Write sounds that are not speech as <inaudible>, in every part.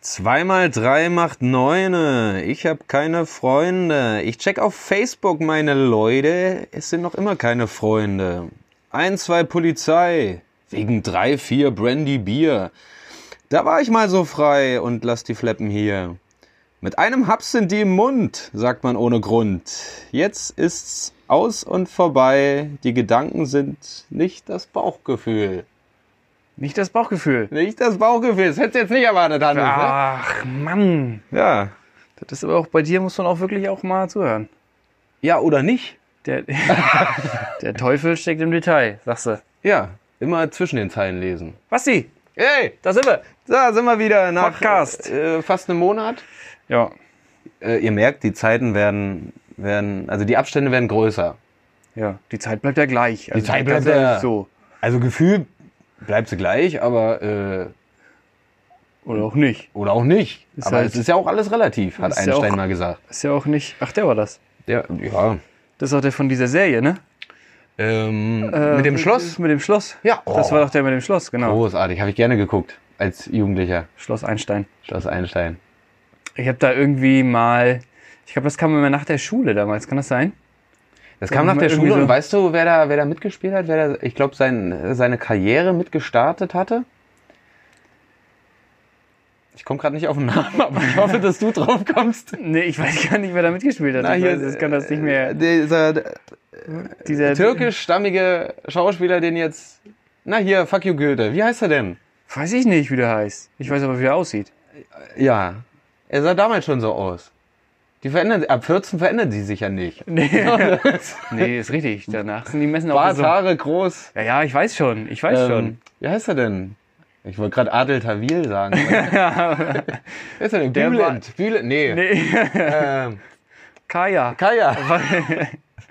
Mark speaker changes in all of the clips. Speaker 1: 2 mal 3 macht 9. Ich habe keine Freunde. Ich check auf Facebook meine Leute. Es sind noch immer keine Freunde. 1, 2 Polizei. Wegen 3, 4 Brandy Bier. Da war ich mal so frei und lass die Fleppen hier. Mit einem Haps sind die im Mund, sagt man ohne Grund. Jetzt ist's aus und vorbei. Die Gedanken sind nicht das Bauchgefühl.
Speaker 2: Nicht das Bauchgefühl.
Speaker 1: Nicht das Bauchgefühl. Das hättest du jetzt nicht erwartet, Hannes. ne?
Speaker 2: Ach, Mann.
Speaker 1: Ja.
Speaker 2: Das ist aber auch bei dir, muss man auch wirklich auch mal zuhören.
Speaker 1: Ja oder nicht?
Speaker 2: Der, <laughs> der Teufel steckt im Detail, sagst du.
Speaker 1: Ja. Immer zwischen den Zeilen lesen.
Speaker 2: Basti,
Speaker 1: Hey,
Speaker 2: da sind wir.
Speaker 1: da sind wir wieder nach
Speaker 2: Podcast.
Speaker 1: Äh, fast einem Monat.
Speaker 2: Ja,
Speaker 1: Äh, ihr merkt, die Zeiten werden, werden, also die Abstände werden größer.
Speaker 2: ja. Die Zeit bleibt ja gleich. Also
Speaker 1: Zeit
Speaker 2: das
Speaker 1: bleibt
Speaker 2: ist
Speaker 1: ja-
Speaker 2: so.
Speaker 1: Also Gefühl bleibt sie gleich, aber äh,
Speaker 2: Oder auch nicht.
Speaker 1: oder auch nicht.
Speaker 2: Ist
Speaker 1: aber
Speaker 2: halt-
Speaker 1: es ist ja auch alles relativ, hat
Speaker 2: Ist ja
Speaker 1: Einstein
Speaker 2: auch-
Speaker 1: mal gesagt.
Speaker 2: Ist ja auch nicht. Ach, der war das.
Speaker 1: Der, ja.
Speaker 2: Das ist auch der von dieser Serie, ne?
Speaker 1: Ähm,
Speaker 2: Äh,
Speaker 1: mit dem Schloss?
Speaker 2: Mit dem Schloss.
Speaker 1: Ja. Oh,
Speaker 2: Das war doch der mit dem Schloss, genau.
Speaker 1: Großartig, habe ich gerne geguckt als Jugendlicher.
Speaker 2: Schloss Einstein.
Speaker 1: Schloss Einstein.
Speaker 2: Ich habe da irgendwie mal. Ich glaube, das kam immer nach der Schule damals. Kann das sein?
Speaker 1: Das
Speaker 2: Ja,
Speaker 1: kam nach der
Speaker 2: irgendwie
Speaker 1: Schule
Speaker 2: so.
Speaker 1: und weißt du, wer da, wer da mitgespielt hat? Wer da, ich glaube, sein, seine Karriere mitgestartet hatte? Ich komme gerade nicht auf den Namen, <laughs> aber ich hoffe, dass du drauf kommst.
Speaker 2: <laughs> Nee, ich weiß gar nicht, wer da mitgespielt hat. ich weiß, das kann das nicht
Speaker 1: äh,
Speaker 2: mehr.
Speaker 1: Dieser
Speaker 2: Dieser
Speaker 1: türkisch-stammige Schauspieler, den jetzt. Na hier, fuck you Goethe. Wie heißt er denn?
Speaker 2: Weiß ich nicht, wie der heißt. Ich weiß aber, wie der aussieht.
Speaker 1: Ja. Er sah damals schon so aus. Die verändern, ab 14 verändern die sich ja nicht.
Speaker 2: <laughs> Nee, <laughs> nee ist richtig. Danach sind die Messen auch
Speaker 1: Bart,
Speaker 2: so.
Speaker 1: Haare, groß.
Speaker 2: Ja, ja, ich weiß schon. Ich weiß
Speaker 1: Ähm, wie heißt er denn? Ich wollte gerade Adel Tawil
Speaker 2: <laughs>
Speaker 1: sagen. Wer
Speaker 2: schon.
Speaker 1: ist er denn?
Speaker 2: Der war-
Speaker 1: Bülent. Bülent. Nee.
Speaker 2: nee. <laughs>
Speaker 1: Ähm,
Speaker 2: Kaya.
Speaker 1: Kaya.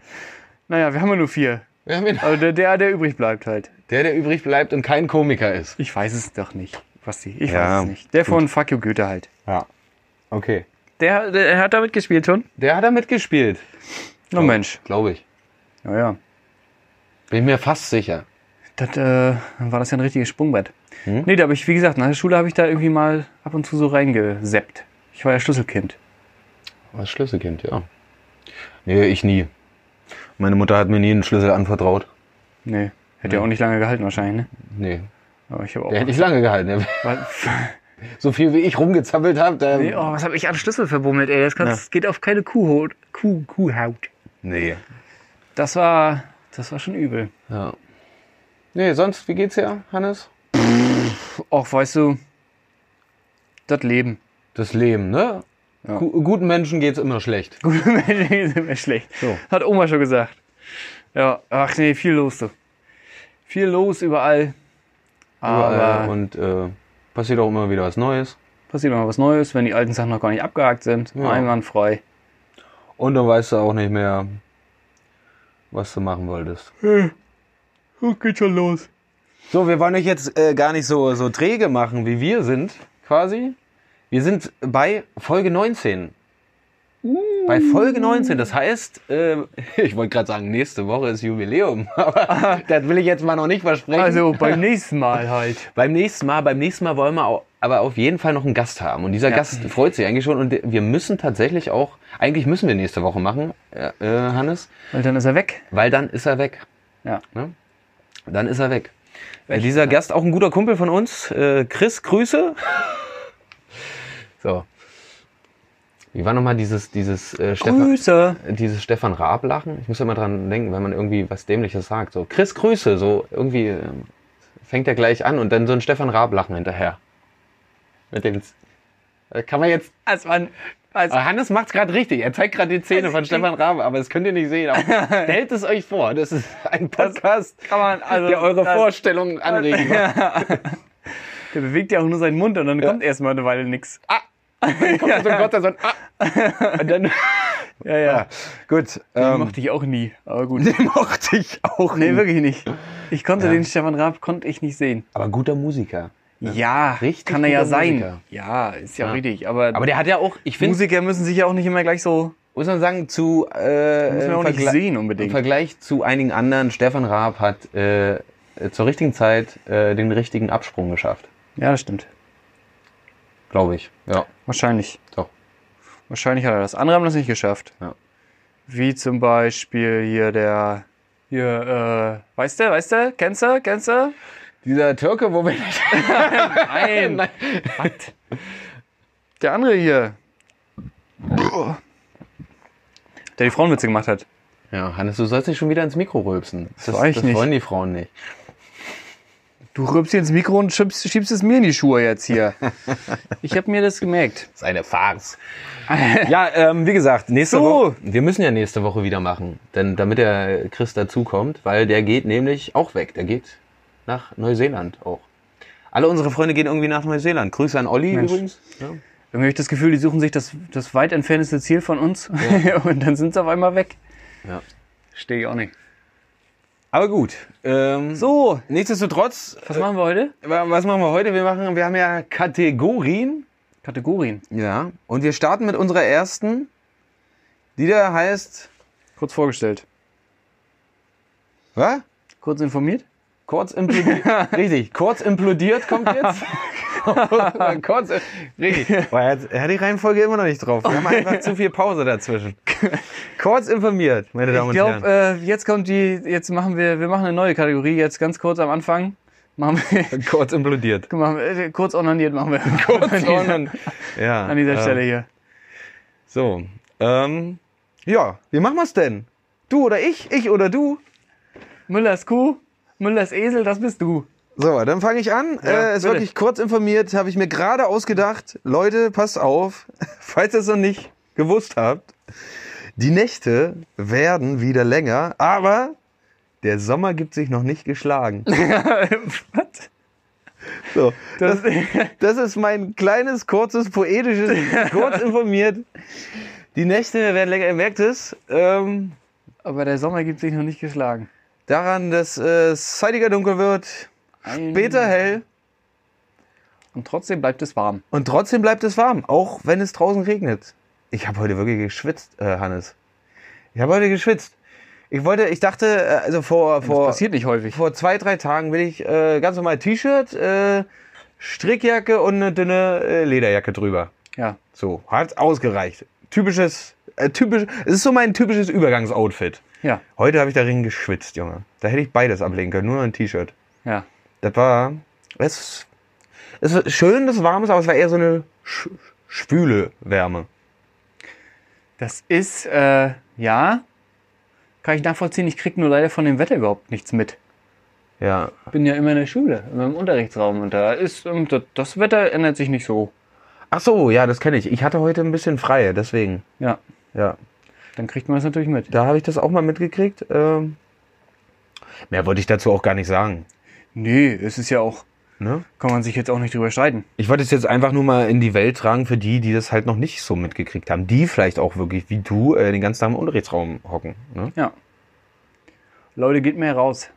Speaker 2: <laughs> naja, wir haben ja nur vier.
Speaker 1: Wir haben ihn-
Speaker 2: Also der, der, der übrig bleibt halt.
Speaker 1: Der, der übrig bleibt und kein Komiker ist.
Speaker 2: Ich weiß es doch nicht, Basti. Ich
Speaker 1: Ja,
Speaker 2: weiß es nicht. Der von Fuck You Goethe halt.
Speaker 1: Ja. Okay.
Speaker 2: Der, der hat da mitgespielt schon?
Speaker 1: Der hat da mitgespielt.
Speaker 2: Na Oh, Mensch.
Speaker 1: Glaube ich.
Speaker 2: Naja.
Speaker 1: Bin mir fast sicher.
Speaker 2: Das, äh, dann war das ja ein richtiges Sprungbrett. Nee, da habe ich, wie gesagt, nach der Schule habe ich da irgendwie mal ab und zu so reingeseppt. Ich war ja Schlüsselkind.
Speaker 1: Als Oh, Schlüsselkind, ja. Nee, ich nie. Meine Mutter hat mir nie einen Schlüssel anvertraut.
Speaker 2: Nee. Hätte ja auch nicht lange gehalten wahrscheinlich, ne?
Speaker 1: Nee.
Speaker 2: Aber ich habe auch.
Speaker 1: Der hätte ich lange gehalten.
Speaker 2: Was,
Speaker 1: So viel wie ich rumgezappelt habe, da.
Speaker 2: <laughs> nee, oh, was habe ich an Schlüssel verbummelt, ey? Das, kannst, das geht auf keine Kuhhaut. Kuh, Kuhhaut.
Speaker 1: Nee.
Speaker 2: Das war. Das war schon übel.
Speaker 1: Ja. Nee, sonst, wie geht's dir, Hannes?
Speaker 2: Auch weißt du, das Leben. <laughs>
Speaker 1: Das Leben, ne? Gu- Guten Menschen geht's immer schlecht.
Speaker 2: Gute Menschen sind mir schlecht.
Speaker 1: So.
Speaker 2: Hat Oma schon gesagt. Ja, ach nee, viel los du. Viel los überall. Aber
Speaker 1: Überall. Ah, Und äh, passiert auch immer wieder was Neues.
Speaker 2: passiert immer was Neues, wenn die alten Sachen noch gar nicht abgehakt sind.
Speaker 1: Ja.
Speaker 2: Einwandfrei.
Speaker 1: Und dann weißt du auch nicht mehr, was du machen wolltest.
Speaker 2: Oh, geht schon los.
Speaker 1: So, wir wollen euch jetzt äh, gar nicht so, so träge machen, wie wir sind, quasi. Wir sind bei Folge 19. Bei Folge 19, das heißt, äh, <laughs> ich wollte gerade sagen, nächste Woche ist Jubiläum, <laughs> aber das will ich jetzt mal noch nicht versprechen.
Speaker 2: <laughs> Also beim nächsten Mal halt.
Speaker 1: beim nächsten Mal, beim nächsten Mal wollen wir au- aber auf jeden Fall noch einen Gast haben und dieser Gast freut sich eigentlich schon und wir müssen tatsächlich auch, eigentlich müssen wir nächste Woche machen, äh, äh, Hannes,
Speaker 2: Weil dann ist er weg.
Speaker 1: weil dann ist er weg.
Speaker 2: Ja.
Speaker 1: Ne? Dann ist er weg. Äh, dieser Gast, auch ein guter Kumpel von uns, äh, Chris, Grüße. so. Wie war nochmal dieses, dieses, äh, Stefan,
Speaker 2: Grüße.
Speaker 1: äh, dieses Stefan Raab-Lachen? Ich muss immer dran denken, wenn man irgendwie was Dämliches sagt. So, Chris, Grüße. So, irgendwie ähm, fängt er gleich an und dann so ein Stefan Raab-Lachen hinterher. Mit dem. Äh, Kann man jetzt.
Speaker 2: Als Also man. Als,
Speaker 1: Aber Hannes macht's gerade richtig. Er zeigt gerade die Zähne von Stefan Raab, aber das könnt ihr nicht <laughs> sehen. Aber stellt es euch vor. Das ist ein Podcast
Speaker 2: kann man. Also,
Speaker 1: der eure
Speaker 2: das-
Speaker 1: Vorstellungen <laughs> anregen.
Speaker 2: Der bewegt ja auch nur seinen Mund und dann kommt erstmal eine Weile nichts.
Speaker 1: Kommt so ein Gott, der so ein ah. Und dann,
Speaker 2: Ja, ja.
Speaker 1: gut,
Speaker 2: Den
Speaker 1: <laughs> ähm,
Speaker 2: mochte ich auch nie. Aber gut.
Speaker 1: den mochte ich auch
Speaker 2: <laughs> Nee,
Speaker 1: nicht.
Speaker 2: wirklich nicht. Ich konnte den Stefan Raab konnte ich nicht sehen.
Speaker 1: Aber guter Musiker.
Speaker 2: Ja,
Speaker 1: Richtig
Speaker 2: kann er ja
Speaker 1: guter
Speaker 2: sein.
Speaker 1: Musiker.
Speaker 2: Ja, ist ja,
Speaker 1: Ja.
Speaker 2: richtig. Aber,
Speaker 1: Aber der hat ja auch, ich finde,
Speaker 2: Musiker müssen sich ja auch nicht immer gleich so.
Speaker 1: muss man sagen, zu äh,
Speaker 2: Muss man
Speaker 1: im
Speaker 2: auch nicht
Speaker 1: Vergle-
Speaker 2: sehen
Speaker 1: im
Speaker 2: unbedingt.
Speaker 1: Vergleich zu einigen anderen, Stefan Raab hat äh, zur richtigen Zeit äh, den richtigen Absprung geschafft,
Speaker 2: Ja, das stimmt.
Speaker 1: Glaube ich. Ja,
Speaker 2: Wahrscheinlich.
Speaker 1: doch.
Speaker 2: Wahrscheinlich hat er das. Andere haben das nicht geschafft.
Speaker 1: Ja.
Speaker 2: Wie zum Beispiel hier der. Hier, äh, weißt du, weißt du, kennst du, kennst <laughs> du?
Speaker 1: Dieser Türke, wo wir
Speaker 2: Nein. Ähm,
Speaker 1: <laughs>
Speaker 2: Was? Der andere hier. Der die Frauenwitze gemacht hat.
Speaker 1: Ja, Hannes, du sollst nicht schon wieder ins Mikro rülpsen. Das,
Speaker 2: war ich
Speaker 1: das
Speaker 2: nicht.
Speaker 1: wollen die Frauen nicht.
Speaker 2: Du rübst hier ins Mikro und schiebst, schiebst es mir in die Schuhe jetzt hier. <laughs> Ich habe mir das gemerkt.
Speaker 1: Das ist eine Farce. <laughs> ja, ähm, wie gesagt, nächste
Speaker 2: So.
Speaker 1: Woche. Wir müssen ja nächste Woche wieder machen, denn damit der Chris dazukommt, weil der geht nämlich auch weg. Der geht nach Neuseeland auch. Alle unsere Freunde gehen irgendwie nach Neuseeland. Grüße an Olli
Speaker 2: Mensch.
Speaker 1: übrigens. Ja.
Speaker 2: Irgendwie habe ich das Gefühl, die suchen sich das, das weit entfernteste Ziel von uns <laughs> und dann sind sie auf einmal weg.
Speaker 1: Ja.
Speaker 2: Stehe ich auch nicht.
Speaker 1: Aber gut. Ähm,
Speaker 2: So,
Speaker 1: Nichtsdestotrotz,
Speaker 2: was machen wir heute?
Speaker 1: wa- was machen wir heute? Wir machen, wir haben ja Kategorien.
Speaker 2: Kategorien.
Speaker 1: Ja. Und wir starten mit unserer ersten, die da heißt,
Speaker 2: Kurz vorgestellt.
Speaker 1: was?
Speaker 2: Kurz informiert?
Speaker 1: Kurz implodiert. <laughs> richtig, kurz implodiert kommt jetzt. <laughs> kurz,
Speaker 2: äh, <laughs>
Speaker 1: richtig. Weil jetzt- Er hat die Reihenfolge immer noch nicht drauf. Wir haben einfach zu viel Pause dazwischen. Kurz informiert, meine Damen
Speaker 2: Ich
Speaker 1: und
Speaker 2: glaube,
Speaker 1: Herren.
Speaker 2: äh, jetzt kommt die, jetzt machen wir, wir machen eine neue Kategorie, jetzt ganz kurz am Anfang. Machen wir,
Speaker 1: kurz implodiert.
Speaker 2: machen wir äh, kurz onaniert machen wir.
Speaker 1: <laughs>
Speaker 2: äh, <laughs> Kurz an dieser,
Speaker 1: Sondern, ja,
Speaker 2: an dieser
Speaker 1: äh,
Speaker 2: Stelle hier.
Speaker 1: So. Ähm, ja, wie machen wir's denn? Du oder ich? Ich oder du?
Speaker 2: Müllers Kuh, Müllers Esel, das bist du.
Speaker 1: So, dann fange ich an.
Speaker 2: Ja,
Speaker 1: äh, ist
Speaker 2: bitte.
Speaker 1: wirklich kurz informiert, habe ich mir gerade ausgedacht. Leute, passt auf, <laughs> falls ihr es noch nicht gewusst habt. Die Nächte werden wieder länger, aber der Sommer gibt sich noch nicht
Speaker 2: <laughs>
Speaker 1: geschlagen.
Speaker 2: Was?
Speaker 1: So, das,
Speaker 2: Das,
Speaker 1: <laughs> das ist mein kleines, kurzes, poetisches,
Speaker 2: <laughs>
Speaker 1: kurz informiert. Die Nächte werden länger, ihr merkt es. Ähm,
Speaker 2: aber der Sommer gibt sich noch nicht geschlagen.
Speaker 1: daran, dass äh, es zeitiger dunkel wird,
Speaker 2: Ein-
Speaker 1: später hell
Speaker 2: Und trotzdem bleibt es warm.
Speaker 1: Und trotzdem bleibt es warm, auch wenn es draußen regnet. Ich habe heute wirklich geschwitzt, äh, Hannes. Ich habe heute geschwitzt. Ich wollte, ich dachte, äh, also vor,
Speaker 2: Das
Speaker 1: vor,
Speaker 2: passiert nicht häufig.
Speaker 1: vor zwei, drei Tagen will ich äh, ganz normal T-Shirt, äh, Strickjacke und eine dünne äh, Lederjacke drüber.
Speaker 2: Ja.
Speaker 1: So, hat ausgereicht. Typisches, äh, typisch, es ist so mein typisches Übergangsoutfit.
Speaker 2: Ja.
Speaker 1: Heute habe ich darin geschwitzt, Junge. Da hätte ich beides ablegen können, nur noch ein T-Shirt.
Speaker 2: Ja.
Speaker 1: Das war. Es, es war schön, das Warmes, aber es war eher so eine sch, schwüle Wärme.
Speaker 2: Das ist, äh, ja. Kann ich nachvollziehen, ich krieg nur leider von dem Wetter überhaupt nichts mit.
Speaker 1: Ja.
Speaker 2: bin ja immer in der Schule, immer im Unterrichtsraum und da ist ähm, das, das Wetter ändert sich nicht so.
Speaker 1: Ach so, ja, das kenne ich. Ich hatte heute ein bisschen freie, deswegen.
Speaker 2: Ja,
Speaker 1: Ja.
Speaker 2: dann kriegt man das natürlich mit.
Speaker 1: Da habe ich das auch mal mitgekriegt. Ähm, mehr wollte ich dazu auch gar nicht sagen.
Speaker 2: Nee, es ist ja auch,
Speaker 1: Ne?
Speaker 2: kann man sich jetzt auch nicht drüber streiten.
Speaker 1: Ich wollte es jetzt einfach nur mal in die Welt tragen für die, die das halt noch nicht so mitgekriegt haben. Die vielleicht auch wirklich wie du äh, den ganzen Tag im Unterrichtsraum hocken. Ne?
Speaker 2: Ja. Leute, geht mehr raus.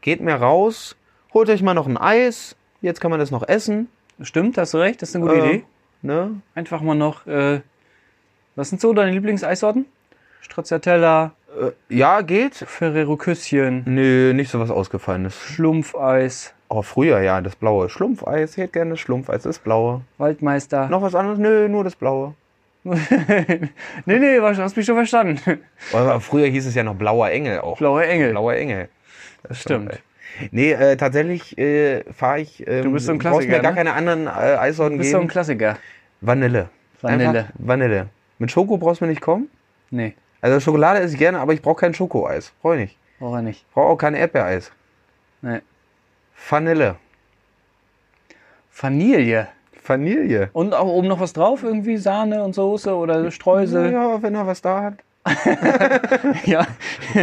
Speaker 1: Geht mehr raus, holt euch mal noch ein Eis. Jetzt kann man das noch essen.
Speaker 2: Stimmt, hast du recht, das ist eine gute
Speaker 1: Äh,
Speaker 2: Idee.
Speaker 1: Ne?
Speaker 2: Einfach mal noch, äh, was sind so deine Lieblingseissorten? Stracciatella,
Speaker 1: Äh, Ja, geht.
Speaker 2: Ferrero Küsschen,
Speaker 1: Nö, nicht so was Ausgefallenes.
Speaker 2: Schlumpfeis,
Speaker 1: Oh, früher ja, das blaue Schlumpfeis. Ich hätte gerne das Schlumpfeis, das blaue.
Speaker 2: Waldmeister.
Speaker 1: Noch was anderes? Nö, nur das blaue.
Speaker 2: <laughs> nee, nee, was- hast mich schon verstanden. <laughs>
Speaker 1: Aber früher hieß es ja noch blauer Engel auch.
Speaker 2: Blauer Engel.
Speaker 1: Blauer Engel. Das
Speaker 2: Stimmt.
Speaker 1: Nee, äh, tatsächlich äh, fahre ich. Ähm,
Speaker 2: Du bist so ein
Speaker 1: brauchst mir
Speaker 2: Klassiker,
Speaker 1: gar
Speaker 2: ne?
Speaker 1: keine anderen äh, Eissorten
Speaker 2: Du bist so ein
Speaker 1: geben.
Speaker 2: Klassiker.
Speaker 1: Vanille.
Speaker 2: Vanille.
Speaker 1: Einfach Vanille. Mit Schoko brauchst du mir nicht kommen.
Speaker 2: Nee,
Speaker 1: Also Schokolade esse ich gerne, aber ich brauche kein Schokoeis. Brauche ich nicht.
Speaker 2: braucht er nicht.
Speaker 1: Brauche auch kein Erdbeereis.
Speaker 2: Nee.
Speaker 1: Vanille.
Speaker 2: Vanille.
Speaker 1: Vanille.
Speaker 2: Und auch oben noch was drauf, irgendwie Sahne und Soße oder Streusel.
Speaker 1: Ja, wenn er was da hat. <laughs>
Speaker 2: <laughs> Ja.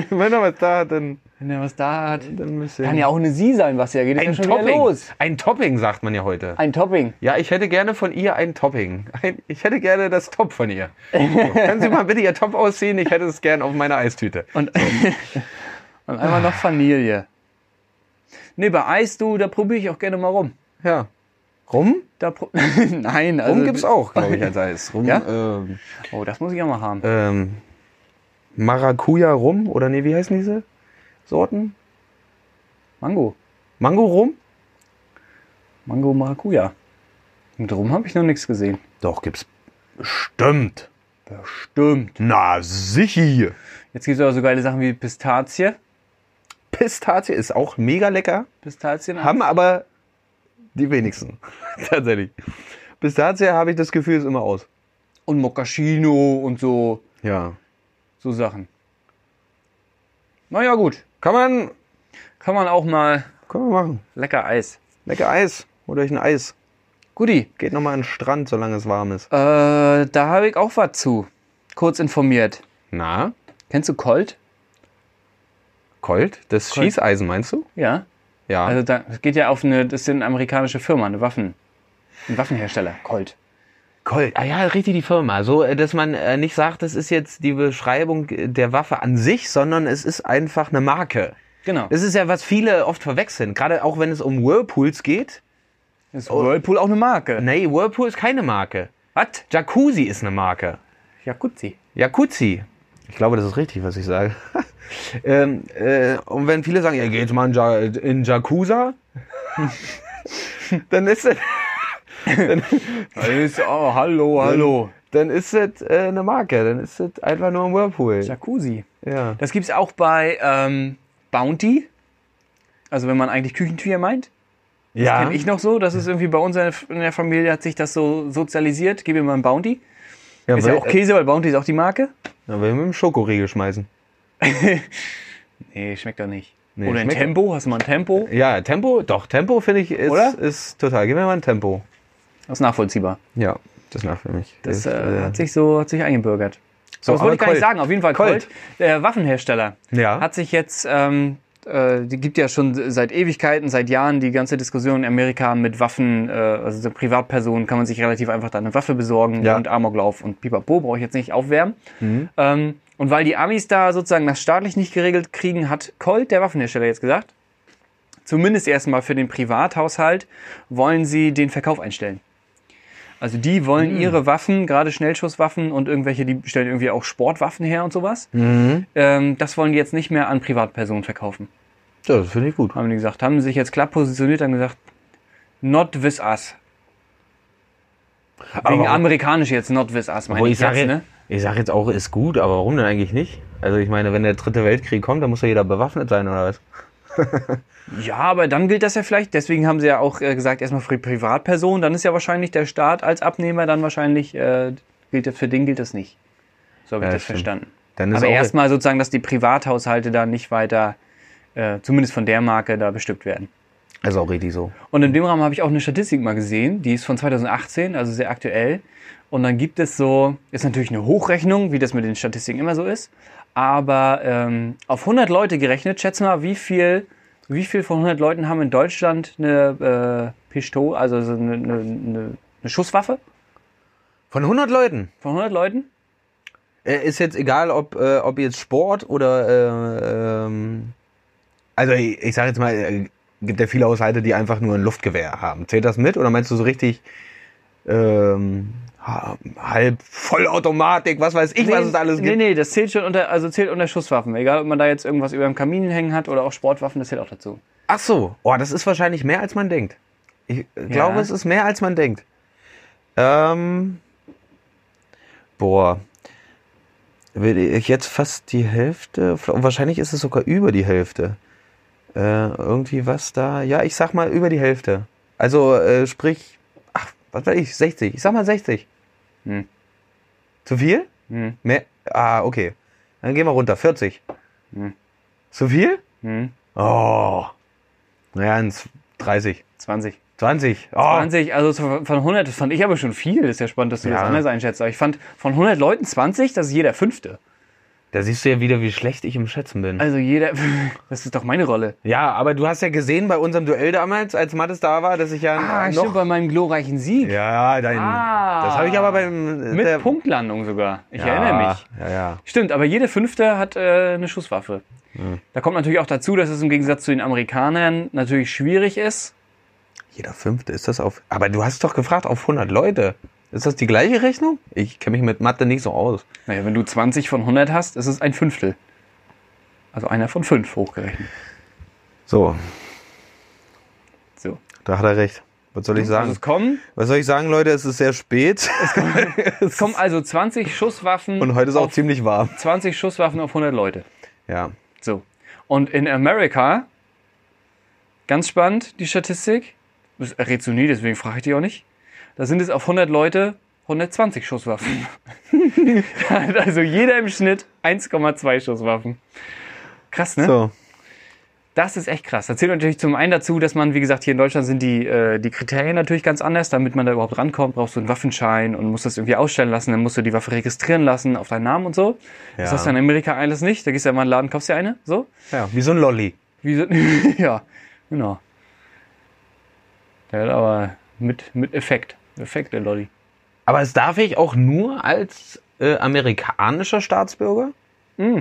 Speaker 1: wenn er was da hat, dann,
Speaker 2: Wenn er was da hat.
Speaker 1: dann müsste
Speaker 2: Kann ja auch eine Sie sein, was ja geht.
Speaker 1: Ein
Speaker 2: ja schon wieder
Speaker 1: Topping.
Speaker 2: los.
Speaker 1: Ein Topping sagt man ja heute.
Speaker 2: Ein Topping.
Speaker 1: Ja, ich hätte gerne von ihr ein Topping. Ein, ich hätte gerne das Top von
Speaker 2: <laughs>
Speaker 1: ihr. So, können Sie mal bitte Ihr Top ausziehen? Ich hätte es gern auf meiner Eistüte.
Speaker 2: Und, <laughs> und einmal noch Vanille. Nee, bei Eis, du, da probiere ich auch gerne mal rum.
Speaker 1: Ja. Rum?
Speaker 2: Da pro <laughs> Nein, also.
Speaker 1: Rum gibt's auch, glaube
Speaker 2: <laughs>
Speaker 1: ich, als Eis. Rum,
Speaker 2: Ja?
Speaker 1: ähm,
Speaker 2: Oh, das muss ich auch mal haben.
Speaker 1: ähm, Maracuja Rum oder nee, wie heißen diese Sorten?
Speaker 2: Mango.
Speaker 1: Mango Rum?
Speaker 2: Mango Maracuja. Mit Rum habe ich noch nichts gesehen.
Speaker 1: Doch, gibt's bestimmt.
Speaker 2: Bestimmt.
Speaker 1: Na, sicher.
Speaker 2: Jetzt gibt es aber so geile Sachen wie Pistazie.
Speaker 1: Pistazie ist auch mega lecker,
Speaker 2: Pistazien.
Speaker 1: haben aber die wenigsten. <laughs> Tatsächlich. Pistazie habe ich das Gefühl, ist immer aus.
Speaker 2: Und Moccasino und so,
Speaker 1: Ja.
Speaker 2: so Sachen. Naja, gut.
Speaker 1: Kann man,
Speaker 2: Kann man auch mal
Speaker 1: kann man machen.
Speaker 2: lecker Eis.
Speaker 1: Lecker Eis. Holt euch ein Eis.
Speaker 2: Guti,
Speaker 1: Geht nochmal an den Strand, solange es warm ist.
Speaker 2: äh, da habe ich auch was zu. Kurz informiert.
Speaker 1: Na,
Speaker 2: Kennst du Colt?
Speaker 1: Colt? Das
Speaker 2: Colt.
Speaker 1: Schießeisen meinst du?
Speaker 2: Ja.
Speaker 1: Ja.
Speaker 2: Also da das geht ja auf eine, das ist eine amerikanische Firma, eine Waffen, ein Waffenhersteller, Colt.
Speaker 1: Colt. Ah ja, richtig die Firma. So, äh, dass man äh, nicht sagt, das ist jetzt die Beschreibung äh, der Waffe an sich, sondern es ist einfach eine Marke.
Speaker 2: Genau.
Speaker 1: Das ist ja, was viele oft verwechseln. Gerade auch wenn es um Whirlpools geht.
Speaker 2: Ist Whirlpool Mhm. auch eine Marke?
Speaker 1: Nee, Whirlpool ist keine Marke.
Speaker 2: Was?
Speaker 1: Jacuzzi ist eine Marke.
Speaker 2: Jacuzzi.
Speaker 1: Jacuzzi. Ich glaube, das ist richtig, was ich sage. <laughs> ähm, äh, und wenn viele sagen, ja, geht mal in, ja in Jacuzza, <laughs> dann ist das,
Speaker 2: Ist, oh, hallo, hallo.
Speaker 1: dann ist das äh, eine Marke. Dann ist das einfach nur ein Whirlpool.
Speaker 2: Jacuzzi.
Speaker 1: Ja.
Speaker 2: Das gibt's auch bei ähm, Bounty. Also wenn man eigentlich Küchentücher meint.
Speaker 1: ja.
Speaker 2: Kenn ich noch so. Das ist irgendwie bei uns in der Familie hat sich das so sozialisiert. Gib mir mal ein Bounty.
Speaker 1: ja,
Speaker 2: Ist ja auch Käse, weil Bounty ist auch die Marke.
Speaker 1: Dann will ich mit dem Schokoriegel schmeißen.
Speaker 2: Nee, schmeckt doch nicht.
Speaker 1: Nee,
Speaker 2: Oder ein
Speaker 1: schmeckt-
Speaker 2: Tempo. Hast du mal ein Tempo?
Speaker 1: Ja, Tempo, doch, Tempo finde ich ist,
Speaker 2: Oder?
Speaker 1: ist total. Gib mir mal ein Tempo.
Speaker 2: Das ist nachvollziehbar.
Speaker 1: Ja, das nach für mich.
Speaker 2: Das äh, hat sich so hat sich eingebürgert.
Speaker 1: so,
Speaker 2: So, das wollte ich gar nicht
Speaker 1: aber
Speaker 2: sagen. Auf jeden Fall Colt,
Speaker 1: Colt.
Speaker 2: äh, Waffenhersteller,
Speaker 1: Ja.
Speaker 2: hat sich jetzt, ähm, äh, die gibt ja schon seit Ewigkeiten, seit Jahren die ganze Diskussion in Amerika mit Waffen, äh, also so Privatpersonen kann man sich relativ einfach da eine Waffe besorgen
Speaker 1: Ja.
Speaker 2: und Amoklauf und Pipapo brauche ich jetzt nicht aufwärmen. Ähm, und weil die Amis da sozusagen das staatlich nicht geregelt kriegen, hat Colt, der Waffenhersteller, jetzt gesagt, zumindest erstmal für den Privathaushalt wollen sie den Verkauf einstellen. Also die wollen ihre Waffen, gerade Schnellschusswaffen und irgendwelche, die stellen irgendwie auch Sportwaffen her und sowas. Ähm, das wollen die jetzt nicht mehr an Privatpersonen verkaufen.
Speaker 1: Ja, das finde ich gut.
Speaker 2: Haben die gesagt, haben sich jetzt klar positioniert und gesagt, not with us. Wegen
Speaker 1: warum-
Speaker 2: amerikanisch jetzt, not with us, meine
Speaker 1: Obwohl
Speaker 2: ich, jetzt,
Speaker 1: sage-
Speaker 2: ne?
Speaker 1: ich sage jetzt auch, ist gut, aber warum denn eigentlich nicht? Also ich meine, wenn der dritte Weltkrieg kommt, dann muss doch jeder bewaffnet sein oder was?
Speaker 2: Ja, aber dann gilt das ja vielleicht, deswegen haben sie ja auch äh, gesagt, erstmal für Privatpersonen, dann ist ja wahrscheinlich der Staat als Abnehmer dann wahrscheinlich, äh, gilt das, für den gilt das nicht. So habe ich
Speaker 1: Ja,
Speaker 2: das
Speaker 1: stimmt.
Speaker 2: verstanden.
Speaker 1: Dann ist
Speaker 2: Aber
Speaker 1: auch-
Speaker 2: erstmal sozusagen, dass die Privathaushalte da nicht weiter, äh, zumindest von der Marke, da bestückt werden.
Speaker 1: Also auch richtig so.
Speaker 2: Und in dem Rahmen habe ich auch eine Statistik mal gesehen, die ist von 2018, also sehr aktuell. Und dann gibt es so, ist natürlich eine Hochrechnung, wie das mit den Statistiken immer so ist, aber ähm, auf 100 Leute gerechnet, schätze mal, wie viel, wie viel von 100 Leuten haben in Deutschland eine äh, Pistole, also so eine, eine, eine, eine Schusswaffe
Speaker 1: Von 100 Leuten.
Speaker 2: von 100 Leuten?
Speaker 1: Äh, Ist jetzt egal, ob, äh, ob jetzt Sport oder... Äh, ähm, also ich, ich sage jetzt mal, äh, gibt ja viele Haushalte, die einfach nur ein Luftgewehr haben. Zählt das mit oder meinst du so richtig ähm, ha- halb Vollautomatik, was weiß ich, was es alles
Speaker 2: nee,
Speaker 1: gibt?
Speaker 2: nee, das zählt schon unter, also zählt unter Schusswaffen. Egal, ob man da jetzt irgendwas über dem Kamin hängen hat oder auch Sportwaffen, das zählt auch dazu.
Speaker 1: Ach so, oh, das ist wahrscheinlich mehr, als man denkt. Ich äh, glaube, es ist mehr, als man denkt. Ähm, boah. Würde ich Jetzt fast die Hälfte. vielleicht- Wahrscheinlich ist es sogar über die Hälfte. Äh, irgendwie was da. Ja, ich sag mal über die Hälfte. Also, äh, sprich, ach, was weiß ich, 60. Ich sag mal 60.
Speaker 2: Hm.
Speaker 1: Zu viel?
Speaker 2: Hm.
Speaker 1: Mehr? Ah, okay. Dann gehen wir runter. 40.
Speaker 2: Hm.
Speaker 1: Zu viel?
Speaker 2: Hm,
Speaker 1: Oh. Naja, ins 30.
Speaker 2: 20.
Speaker 1: 20. Oh.
Speaker 2: 20, also zu- von 100, das fand ich aber schon viel. Das ist ja spannend, dass du das
Speaker 1: Ja.
Speaker 2: anders einschätzt. Aber ich fand von 100 Leuten 20, das ist jeder Fünfte.
Speaker 1: Da siehst du ja wieder, wie schlecht ich im Schätzen bin.
Speaker 2: Also jeder, <laughs> das ist doch meine Rolle.
Speaker 1: Ja, aber du hast ja gesehen bei unserem Duell damals, als Mattes da war, dass ich ja
Speaker 2: Ah, stimmt, bei meinem glorreichen Sieg.
Speaker 1: Ja, dein.
Speaker 2: Ah.
Speaker 1: das habe ich aber beim. äh,
Speaker 2: Mit
Speaker 1: der-
Speaker 2: Punktlandung sogar. Ich
Speaker 1: Ja,
Speaker 2: erinnere mich.
Speaker 1: Ja, ja.
Speaker 2: Stimmt, aber jede Fünfte hat äh, eine Schusswaffe.
Speaker 1: Hm.
Speaker 2: Da kommt natürlich auch dazu, dass es im Gegensatz zu den Amerikanern natürlich schwierig ist.
Speaker 1: Jeder Fünfte ist das auf. Aber du hast doch gefragt auf 100 Leute. Ist das die gleiche Rechnung? Ich kenne mich mit Mathe nicht so aus.
Speaker 2: Naja, wenn du 20 von 100 hast, ist es ein Fünftel. Also einer von fünf hochgerechnet.
Speaker 1: So,
Speaker 2: So.
Speaker 1: da hat er recht. Was soll ich sagen?
Speaker 2: Also es kommen,
Speaker 1: Was soll ich sagen, Leute? Es ist sehr
Speaker 2: <laughs>
Speaker 1: spät
Speaker 2: es kommen also 20 Schusswaffen
Speaker 1: und heute ist auch
Speaker 2: auf,
Speaker 1: ziemlich warm.
Speaker 2: 20 Schusswaffen auf 100 Leute.
Speaker 1: Ja.
Speaker 2: So. Und in Amerika, ganz spannend, die Statistik, das errätst du nie, deswegen frage ich dich auch nicht, da sind es auf 100 Leute 120 Schusswaffen. <laughs> Da hat also jeder im Schnitt 1,2 Schusswaffen. Krass, ne?
Speaker 1: So.
Speaker 2: Das ist echt krass. Das zählt natürlich zum einen dazu, dass man, wie gesagt, hier in Deutschland sind die, äh, die Kriterien natürlich ganz anders. Damit man da überhaupt rankommt, brauchst du einen Waffenschein und musst das irgendwie ausstellen lassen. Dann musst du die Waffe registrieren lassen auf deinen Namen und so. Das
Speaker 1: Ja.
Speaker 2: hast du in Amerika alles nicht. Da gehst du ja mal in den Laden, kaufst dir eine. So.
Speaker 1: Ja, wie so ein Lolli.
Speaker 2: Wie so, <laughs> ja, genau. Der hat aber mit, mit Effekt. Effekt, der Lolli.
Speaker 1: Aber es darf ich auch nur als äh, amerikanischer Staatsbürger?
Speaker 2: Mm.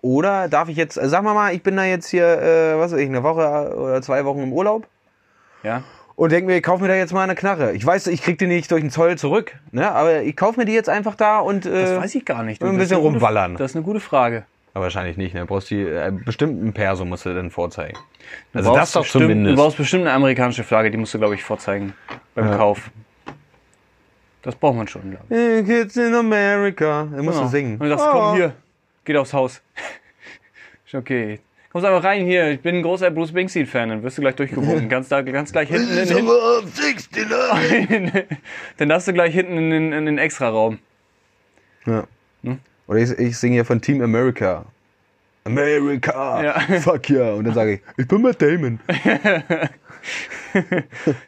Speaker 1: Oder darf ich jetzt, äh, sagen wir mal, ich bin da jetzt hier, äh, was weiß ich, eine Woche oder zwei Wochen im Urlaub
Speaker 2: Ja.
Speaker 1: und denke mir, ich kaufe mir da jetzt mal eine Knarre. Ich weiß, ich krieg die nicht durch den Zoll zurück, ne? aber ich kaufe mir die jetzt einfach da und. Äh,
Speaker 2: Das weiß ich gar nicht.
Speaker 1: ein
Speaker 2: Das ist
Speaker 1: bisschen
Speaker 2: eine gute-
Speaker 1: rumballern.
Speaker 2: Das ist eine gute Frage.
Speaker 1: aber wahrscheinlich nicht, ne? Brauchst die äh, bestimmten Perso musst du dann vorzeigen. Also
Speaker 2: brauchst
Speaker 1: das doch
Speaker 2: bestimmt,
Speaker 1: zumindest.
Speaker 2: Du brauchst bestimmt eine amerikanische Flagge, die musst du, glaube ich, vorzeigen beim Kauf. Das braucht man schon, glaube ich.
Speaker 1: Hey, Kids in America. Da musst
Speaker 2: Genau.
Speaker 1: du singen. Oh. Ah.
Speaker 2: Und du sagst, komm hier, geht aufs Haus. <laughs> Ist okay. Kommst einfach rein hier, ich bin ein großer Bruce Springsteen-Fan, dann wirst du gleich durchgewunken. ganz, da, ganz gleich hinten in, den-
Speaker 1: hier.
Speaker 2: <laughs> dann darfst du gleich hinten in, den- in den Extra-Raum.
Speaker 1: Ja. Oder ich, ich singe ja von Team America. America!
Speaker 2: Ja.
Speaker 1: Fuck yeah! Und dann sage ich, ich bin Matt Damon.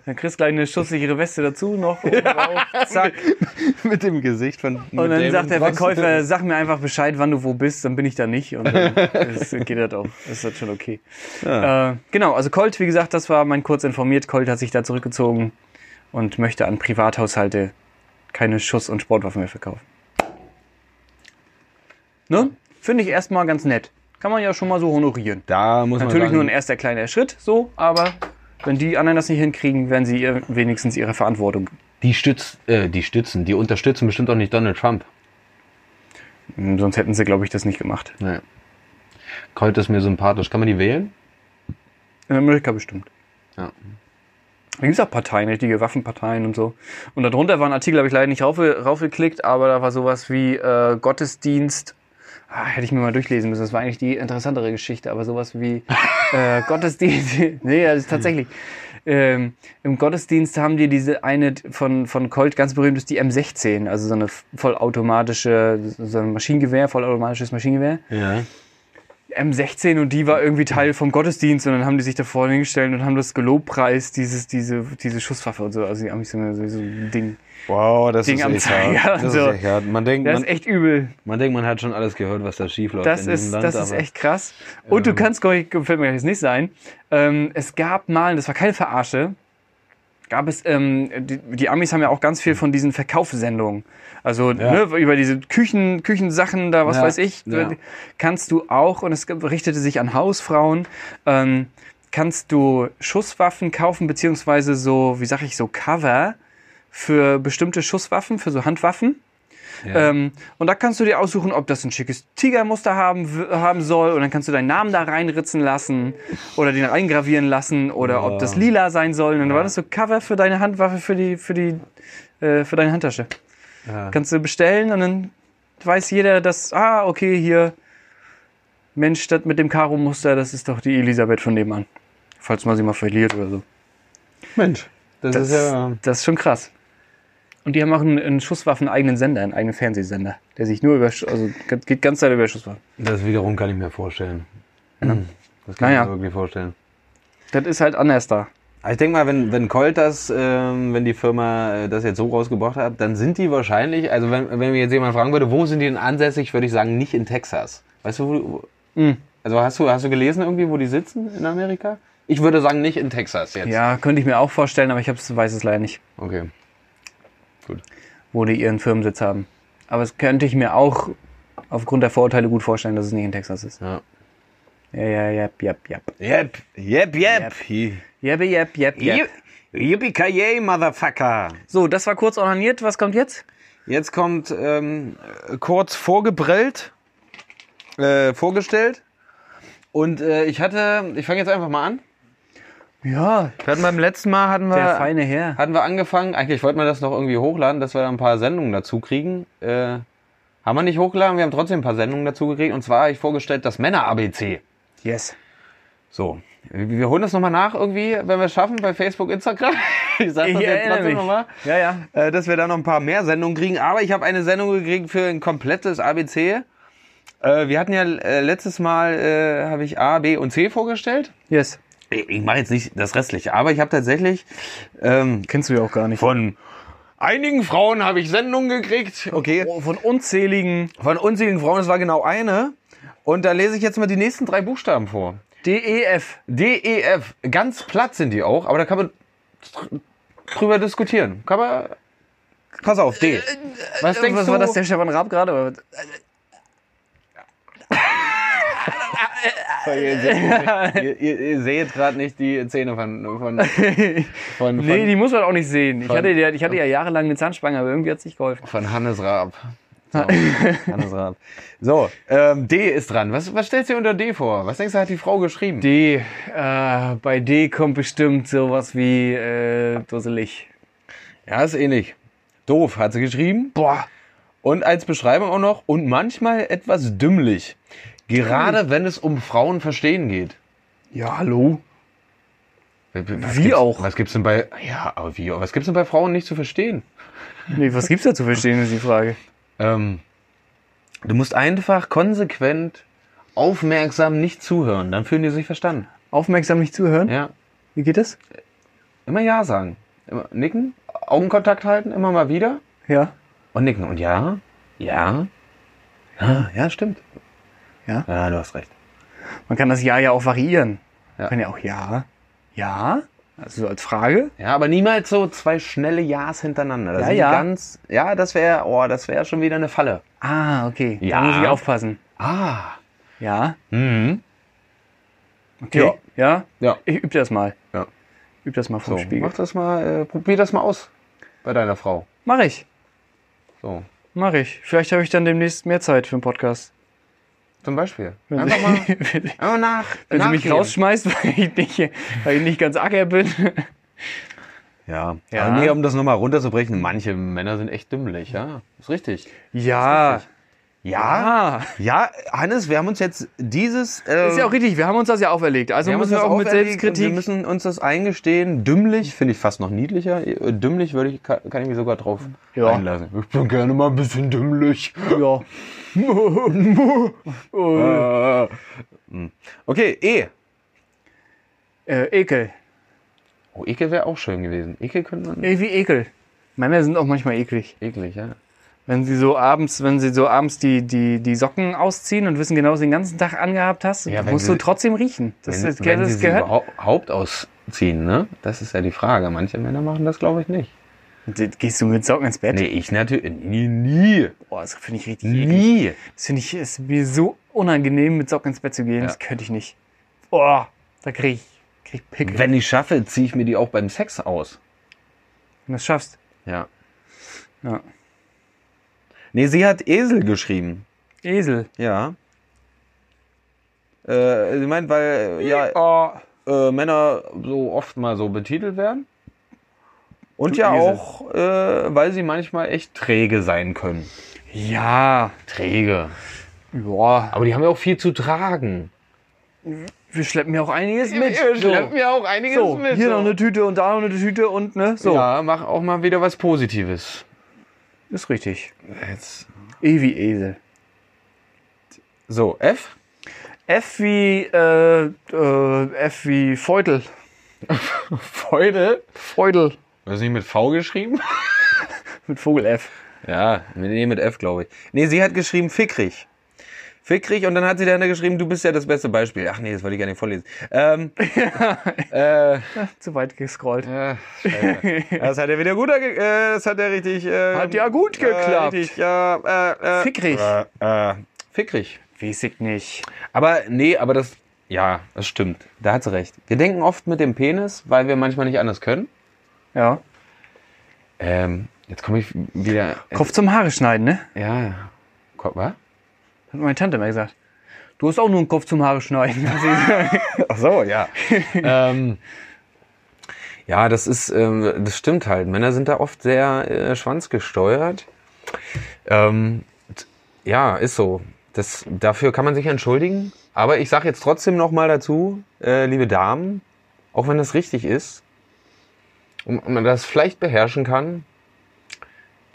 Speaker 2: Dann kriegst du gleich eine schusssichere Weste dazu noch. oben drauf, Zack.
Speaker 1: <laughs> Mit dem Gesicht von
Speaker 2: Und dann sagt der Verkäufer, sag mir einfach Bescheid, wann du wo bist, dann bin ich da nicht. Und dann ist, geht das auch. Das ist halt schon okay. Äh, genau, also Colt, wie gesagt, das war mein kurz informiert. Colt hat sich da zurückgezogen und möchte an Privathaushalte keine Schuss- und Sportwaffen mehr verkaufen. Ne? Finde ich erstmal ganz nett. Kann man ja schon mal so honorieren.
Speaker 1: Da muss
Speaker 2: Natürlich nur
Speaker 1: man sagen,
Speaker 2: ein erster kleiner Schritt, so, aber wenn die anderen das nicht hinkriegen, werden sie ihr wenigstens ihre Verantwortung.
Speaker 1: die, stütz, äh, die stützen, die unterstützen bestimmt auch nicht Donald Trump.
Speaker 2: Hm, Sonst hätten sie, glaube ich, das nicht gemacht.
Speaker 1: Nee. Colt ist mir sympathisch. Kann man die wählen?
Speaker 2: In Amerika bestimmt.
Speaker 1: Ja.
Speaker 2: Da gibt es auch Parteien, richtige Waffenparteien und so. Und darunter war ein Artikel, habe ich leider nicht raufge raufgeklickt, aber da war sowas wie äh, Gottesdienst. Ah, hätte ich mir mal durchlesen müssen. Das war eigentlich die interessantere Geschichte, aber sowas wie äh, Gottesdienst. <laughs> nee, das ist tatsächlich. Ähm, Im Gottesdienst haben die diese eine von, von Colt ganz berühmt ist die M16, also so eine vollautomatische, so ein Maschinengewehr, vollautomatisches Maschinengewehr.
Speaker 1: Ja.
Speaker 2: M16 und die war irgendwie Teil vom Gottesdienst und dann haben die sich da vorne hingestellt und haben das gelobpreist, dieses, diese, diese Schusswaffe und so. Also die Amis haben ja so so ein Ding.
Speaker 1: Wow, das
Speaker 2: Ding
Speaker 1: ist
Speaker 2: am
Speaker 1: echt
Speaker 2: Zeiger
Speaker 1: hart. Das
Speaker 2: und so.
Speaker 1: ist echt hart. Man denkt
Speaker 2: Das
Speaker 1: man,
Speaker 2: ist echt übel.
Speaker 1: man denkt, man hat schon alles gehört, was da schief läuft.
Speaker 2: Das
Speaker 1: in diesem
Speaker 2: ist,
Speaker 1: Land,
Speaker 2: das ist
Speaker 1: aber-
Speaker 2: echt krass. Und du kannst, glaube ich, gefällt mir jetzt nicht sein. Ähm, es gab mal, das war keine Verarsche, gab es, ähm, die, die Amis haben ja auch ganz viel von diesen Verkaufssendungen. Also
Speaker 1: Ja.
Speaker 2: ne, über diese Küchen, Küchensachen, da was
Speaker 1: Ja,
Speaker 2: weiß ich,
Speaker 1: ja.
Speaker 2: kannst du auch, und es richtete sich an Hausfrauen, ähm, kannst du Schusswaffen kaufen, beziehungsweise so, wie sag ich, so Cover für bestimmte Schusswaffen, für so Handwaffen.
Speaker 1: Ja.
Speaker 2: Ähm, und da kannst du dir aussuchen, ob das ein schickes Tigermuster haben, w- haben soll. Und dann kannst du deinen Namen da reinritzen lassen oder den reingravieren lassen oder ob das lila sein soll. Und dann war das so Cover für deine Handwaffe, für die, für die, äh, für deine Handtasche.
Speaker 1: Ja.
Speaker 2: Kannst du bestellen und dann weiß jeder, dass, ah, okay, hier, Mensch, statt mit dem Karo-Muster, das ist doch die Elisabeth von nebenan. Falls man sie mal verliert oder so.
Speaker 1: Mensch, das,
Speaker 2: Das,
Speaker 1: ist ja.
Speaker 2: das ist schon krass. Und die haben auch einen, einen Schusswaffen eigenen Sender, einen eigenen Fernsehsender, der sich nur über, Sch- also g- geht ganz Zeit über Schusswaffen.
Speaker 1: Das wiederum kann ich mir vorstellen. Das kann
Speaker 2: Naja.
Speaker 1: ich mir wirklich vorstellen.
Speaker 2: Das ist halt anders da.
Speaker 1: Aber Ich denke mal, wenn, wenn Colt das, ähm, wenn die Firma äh, das jetzt so rausgebracht hat, dann sind die wahrscheinlich, also wenn, wenn mir jetzt jemand fragen würde, wo sind die denn ansässig, würde ich sagen, nicht in Texas. Weißt du, wo, wo
Speaker 2: Mhm.
Speaker 1: also hast du, hast du gelesen irgendwie, wo die sitzen in Amerika? Ich würde sagen, nicht in Texas jetzt.
Speaker 2: Ja, könnte ich mir auch vorstellen, aber ich hab's, weiß es leider nicht,
Speaker 1: Okay.
Speaker 2: wo die ihren Firmensitz haben. Aber es könnte ich mir auch aufgrund der Vorurteile gut vorstellen, dass es nicht in Texas ist.
Speaker 1: Ja.
Speaker 2: Ja, ja, jep, jep, jep.
Speaker 1: Yep, yep, yep.
Speaker 2: Jep, jep, jep, jep.
Speaker 1: Yippie-ki-yay, Motherfucker.
Speaker 2: So, das war kurz ordiniert. Was kommt jetzt?
Speaker 1: Jetzt kommt ähm, kurz vorgebrellt, äh, vorgestellt. Und äh, ich hatte, ich fange jetzt einfach mal an.
Speaker 2: Ja,
Speaker 3: Wir hatten beim letzten Mal hatten wir,
Speaker 1: Ah.
Speaker 2: der feine Herr.
Speaker 3: hatten wir angefangen, eigentlich wollten wir das noch irgendwie hochladen, dass wir da ein paar Sendungen dazu kriegen. Äh, haben wir nicht hochgeladen, wir haben trotzdem ein paar Sendungen dazu gekriegt. Und zwar habe ich vorgestellt das Männer-ABC.
Speaker 2: Yes.
Speaker 3: <laughs> So. Wir holen das nochmal nach irgendwie, wenn wir es schaffen, bei Facebook, Instagram. Ich sag das
Speaker 2: Ich
Speaker 3: jetzt
Speaker 2: erinnere
Speaker 3: trotzdem
Speaker 2: mich.
Speaker 3: nochmal.
Speaker 2: Ja, ja.
Speaker 3: äh, dass wir da noch ein paar mehr Sendungen kriegen. Aber ich habe eine Sendung gekriegt für ein komplettes ABC. Äh, wir hatten ja äh, letztes Mal, äh, habe ich A, B und C vorgestellt.
Speaker 2: Yes.
Speaker 3: Ich, ich mache jetzt nicht das Restliche, aber ich habe tatsächlich ähm,
Speaker 2: Kennst du ja auch gar nicht.
Speaker 3: von einigen Frauen habe ich Sendungen gekriegt. Okay.
Speaker 2: Oh, von unzähligen
Speaker 3: Von unzähligen Frauen, es war genau eine. Und da lese ich jetzt mal die nächsten drei Buchstaben vor.
Speaker 2: DEF.
Speaker 3: D, E, F. Ganz platt sind die auch, aber da kann man dr- drüber diskutieren. Kann man... Pass auf, D. Was denkst
Speaker 2: Was
Speaker 3: du?
Speaker 2: war das, der Stefan Raab gerade?
Speaker 3: Ihr seht, <laughs> ihr, ihr, ihr seht gerade nicht die Zähne von. <laughs> von, von, von,
Speaker 2: Nee, die muss man auch nicht sehen. Ich
Speaker 3: Von-
Speaker 2: hatte, ja- ich hatte ja jahrelang eine Zahnspange, aber irgendwie hat es nicht geholfen.
Speaker 3: von Hannes Raab. So, Hannes Raab. So, ähm, D ist dran. Was, was stellst du dir unter D vor? Was denkst du, hat die Frau geschrieben?
Speaker 2: D, äh, bei D kommt bestimmt sowas wie äh, dusselig.
Speaker 3: Ja, ist ähnlich. Doof, hat sie geschrieben.
Speaker 2: Boah.
Speaker 3: Und als Beschreibung auch noch, und manchmal etwas dümmlich. Gerade wenn es um Frauen verstehen geht.
Speaker 2: Ja, hallo.
Speaker 3: Was
Speaker 2: Wie
Speaker 3: gibt's,
Speaker 2: auch?
Speaker 3: Was gibt's denn bei. Ja, aber wie auch? Was gibt's denn bei Frauen nicht zu verstehen?
Speaker 2: Nee, was gibt's da zu verstehen, ist die Frage.
Speaker 3: Ähm, du musst einfach konsequent, aufmerksam nicht zuhören, dann fühlen die sich verstanden.
Speaker 2: Aufmerksam nicht zuhören?
Speaker 3: Ja.
Speaker 2: Wie geht das?
Speaker 3: Immer Ja sagen. Immer nicken, Augenkontakt halten, immer mal wieder
Speaker 2: Ja.
Speaker 3: und nicken. Und ja, ja, ja, ja, stimmt.
Speaker 2: Ja.
Speaker 3: Ja, du hast recht.
Speaker 2: Man kann das Ja ja auch variieren.
Speaker 3: Ja.
Speaker 2: Man kann ja auch Ja. Ja? Also so als Frage.
Speaker 3: Ja, aber niemals so zwei schnelle Ja's hintereinander. Das
Speaker 2: Ja,
Speaker 3: sind
Speaker 2: ja.
Speaker 3: Ganz, ja, das wäre, oh, das wäre schon wieder eine Falle.
Speaker 2: Ah, okay.
Speaker 3: Ja.
Speaker 2: Da muss ich aufpassen.
Speaker 3: Ah.
Speaker 2: Ja.
Speaker 3: Mhm.
Speaker 2: Okay. Ja.
Speaker 3: Ja.
Speaker 2: Ich übe das mal.
Speaker 3: Ja.
Speaker 2: Üb das mal vom
Speaker 3: So,
Speaker 2: Spiegel.
Speaker 3: mach das mal, äh, probier das mal aus bei deiner Frau.
Speaker 2: Mach ich.
Speaker 3: So.
Speaker 2: Mach ich. Vielleicht habe ich dann demnächst mehr Zeit für den Podcast.
Speaker 3: Zum Beispiel.
Speaker 2: Wenn
Speaker 3: Einfach mal.
Speaker 2: sie, <laughs> wenn sie-
Speaker 3: Einmal nach. <laughs>
Speaker 2: wenn sie mich
Speaker 3: nachgeben.
Speaker 2: rausschmeißt, <laughs> weil ich nicht, weil ich nicht ganz acker bin.
Speaker 3: Ja.
Speaker 2: Ja.
Speaker 3: Aber nee, um das nochmal runterzubrechen, manche Männer sind echt dümmlich, ja. Ist richtig.
Speaker 2: Ja.
Speaker 3: Ja.
Speaker 2: Ah.
Speaker 3: Ja, Hannes, wir haben uns jetzt dieses. Äh,
Speaker 2: Ist ja auch richtig. Wir haben uns das ja auferlegt. Also
Speaker 3: wir haben
Speaker 2: müssen wir
Speaker 3: uns das
Speaker 2: auch mit
Speaker 3: auferlegt und Wir
Speaker 2: Selbstkritik.
Speaker 3: müssen uns das eingestehen. Dümmlich finde ich fast noch niedlicher. Äh, Dümmlich würde ich, kann, kann ich mich sogar drauf
Speaker 2: Ja.
Speaker 3: einlassen. Ich bin gerne mal ein bisschen dümmlich.
Speaker 2: <laughs> Ja.
Speaker 3: Äh, hm. okay, E.
Speaker 2: Äh, Ekel.
Speaker 3: Oh, Ekel wäre auch schön gewesen. Ekel könnte man.
Speaker 2: Irgendwie Ekel. Männer sind auch manchmal eklig.
Speaker 3: Eklig, ja.
Speaker 2: Wenn sie so abends, wenn sie so abends die, die, die Socken ausziehen und wissen genau, was du den ganzen Tag angehabt hast,
Speaker 3: Ja, wenn
Speaker 2: musst
Speaker 3: sie-
Speaker 2: du trotzdem riechen. Das,
Speaker 3: wenn,
Speaker 2: das,
Speaker 3: wenn
Speaker 2: das
Speaker 3: sie sie
Speaker 2: gehört.
Speaker 3: überhaupt ausziehen, ne? Das ist ja die Frage. Manche Männer machen das, glaube ich, nicht.
Speaker 2: Gehst du mit Socken ins Bett?
Speaker 3: Nee, ich natürlich. Nie, nie.
Speaker 2: Boah, das finde ich richtig eklig.
Speaker 3: Nie.
Speaker 2: Das finde ich, ist mir so unangenehm, mit Socken ins Bett zu gehen. Das könnte ich nicht. Boah, da krieg ich, krieg ich Pickel. Wenn,
Speaker 3: Wenn ich schaffe, ziehe ich mir die auch beim Sex aus.
Speaker 2: du das schaffst.
Speaker 3: Ja.
Speaker 2: Ja.
Speaker 3: Nee, sie hat Esel geschrieben.
Speaker 2: Esel.
Speaker 3: Ja. Äh, sie meint, weil äh, ja,
Speaker 2: Oh.
Speaker 3: äh, Männer so oft mal so betitelt werden. Und ja
Speaker 2: Esel.
Speaker 3: auch, äh, weil sie manchmal echt träge sein können.
Speaker 2: Ja.
Speaker 3: Träge.
Speaker 2: Ja.
Speaker 3: Aber die haben ja auch viel zu tragen.
Speaker 2: Wir schleppen ja auch einiges mit. so.
Speaker 3: ja auch einiges
Speaker 2: so, hier noch eine Tüte und da noch eine Tüte und ne, so.
Speaker 3: Ja, mach auch mal wieder was Positives.
Speaker 2: Ist richtig.
Speaker 3: Jetzt.
Speaker 2: E wie Esel.
Speaker 3: So, F.
Speaker 2: F wie, äh, äh, F wie Feudel.
Speaker 3: Freude.
Speaker 2: Feudel.
Speaker 3: Was nicht mit V geschrieben?
Speaker 2: Mit Vogel F.
Speaker 3: Ja, mit- nee, mit F, glaube ich. Nee, sie hat geschrieben fickrig. Fickrig und dann hat sie dahinter geschrieben, du bist ja das beste Beispiel. Ach nee, das wollte ich gar nicht vorlesen. Ähm, äh,
Speaker 2: Zu weit gescrollt.
Speaker 3: äh, scheiße. das hat ja wieder gut, ge- äh, das hat ja richtig, äh,
Speaker 2: Hat ja gut geklappt.
Speaker 3: Äh, richtig, ja, äh, äh,
Speaker 2: Fickrig.
Speaker 3: Äh, äh, fickrig.
Speaker 2: Weiß ich nicht.
Speaker 3: Aber äh, nee, aber das, ja, das stimmt. Da hat sie recht. Wir denken oft mit dem Penis, weil wir manchmal nicht anders können.
Speaker 2: Ja.
Speaker 3: Ähm, jetzt komme ich wieder.
Speaker 2: Kopf zum Haare schneiden, ne?
Speaker 3: Ja. Ko- Was?
Speaker 2: Hat meine Tante mal gesagt. Du hast auch nur einen Kopf zum Haare schneiden.
Speaker 3: Ach so, ja. ähm,
Speaker 1: Ja, das ist, ähm, das stimmt halt. Männer sind da oft sehr äh, schwanzgesteuert. Ähm, t- ja, ist so. Das, dafür kann man sich entschuldigen. Aber ich sage jetzt trotzdem nochmal dazu, äh, liebe Damen, auch wenn das richtig ist und man das vielleicht beherrschen kann,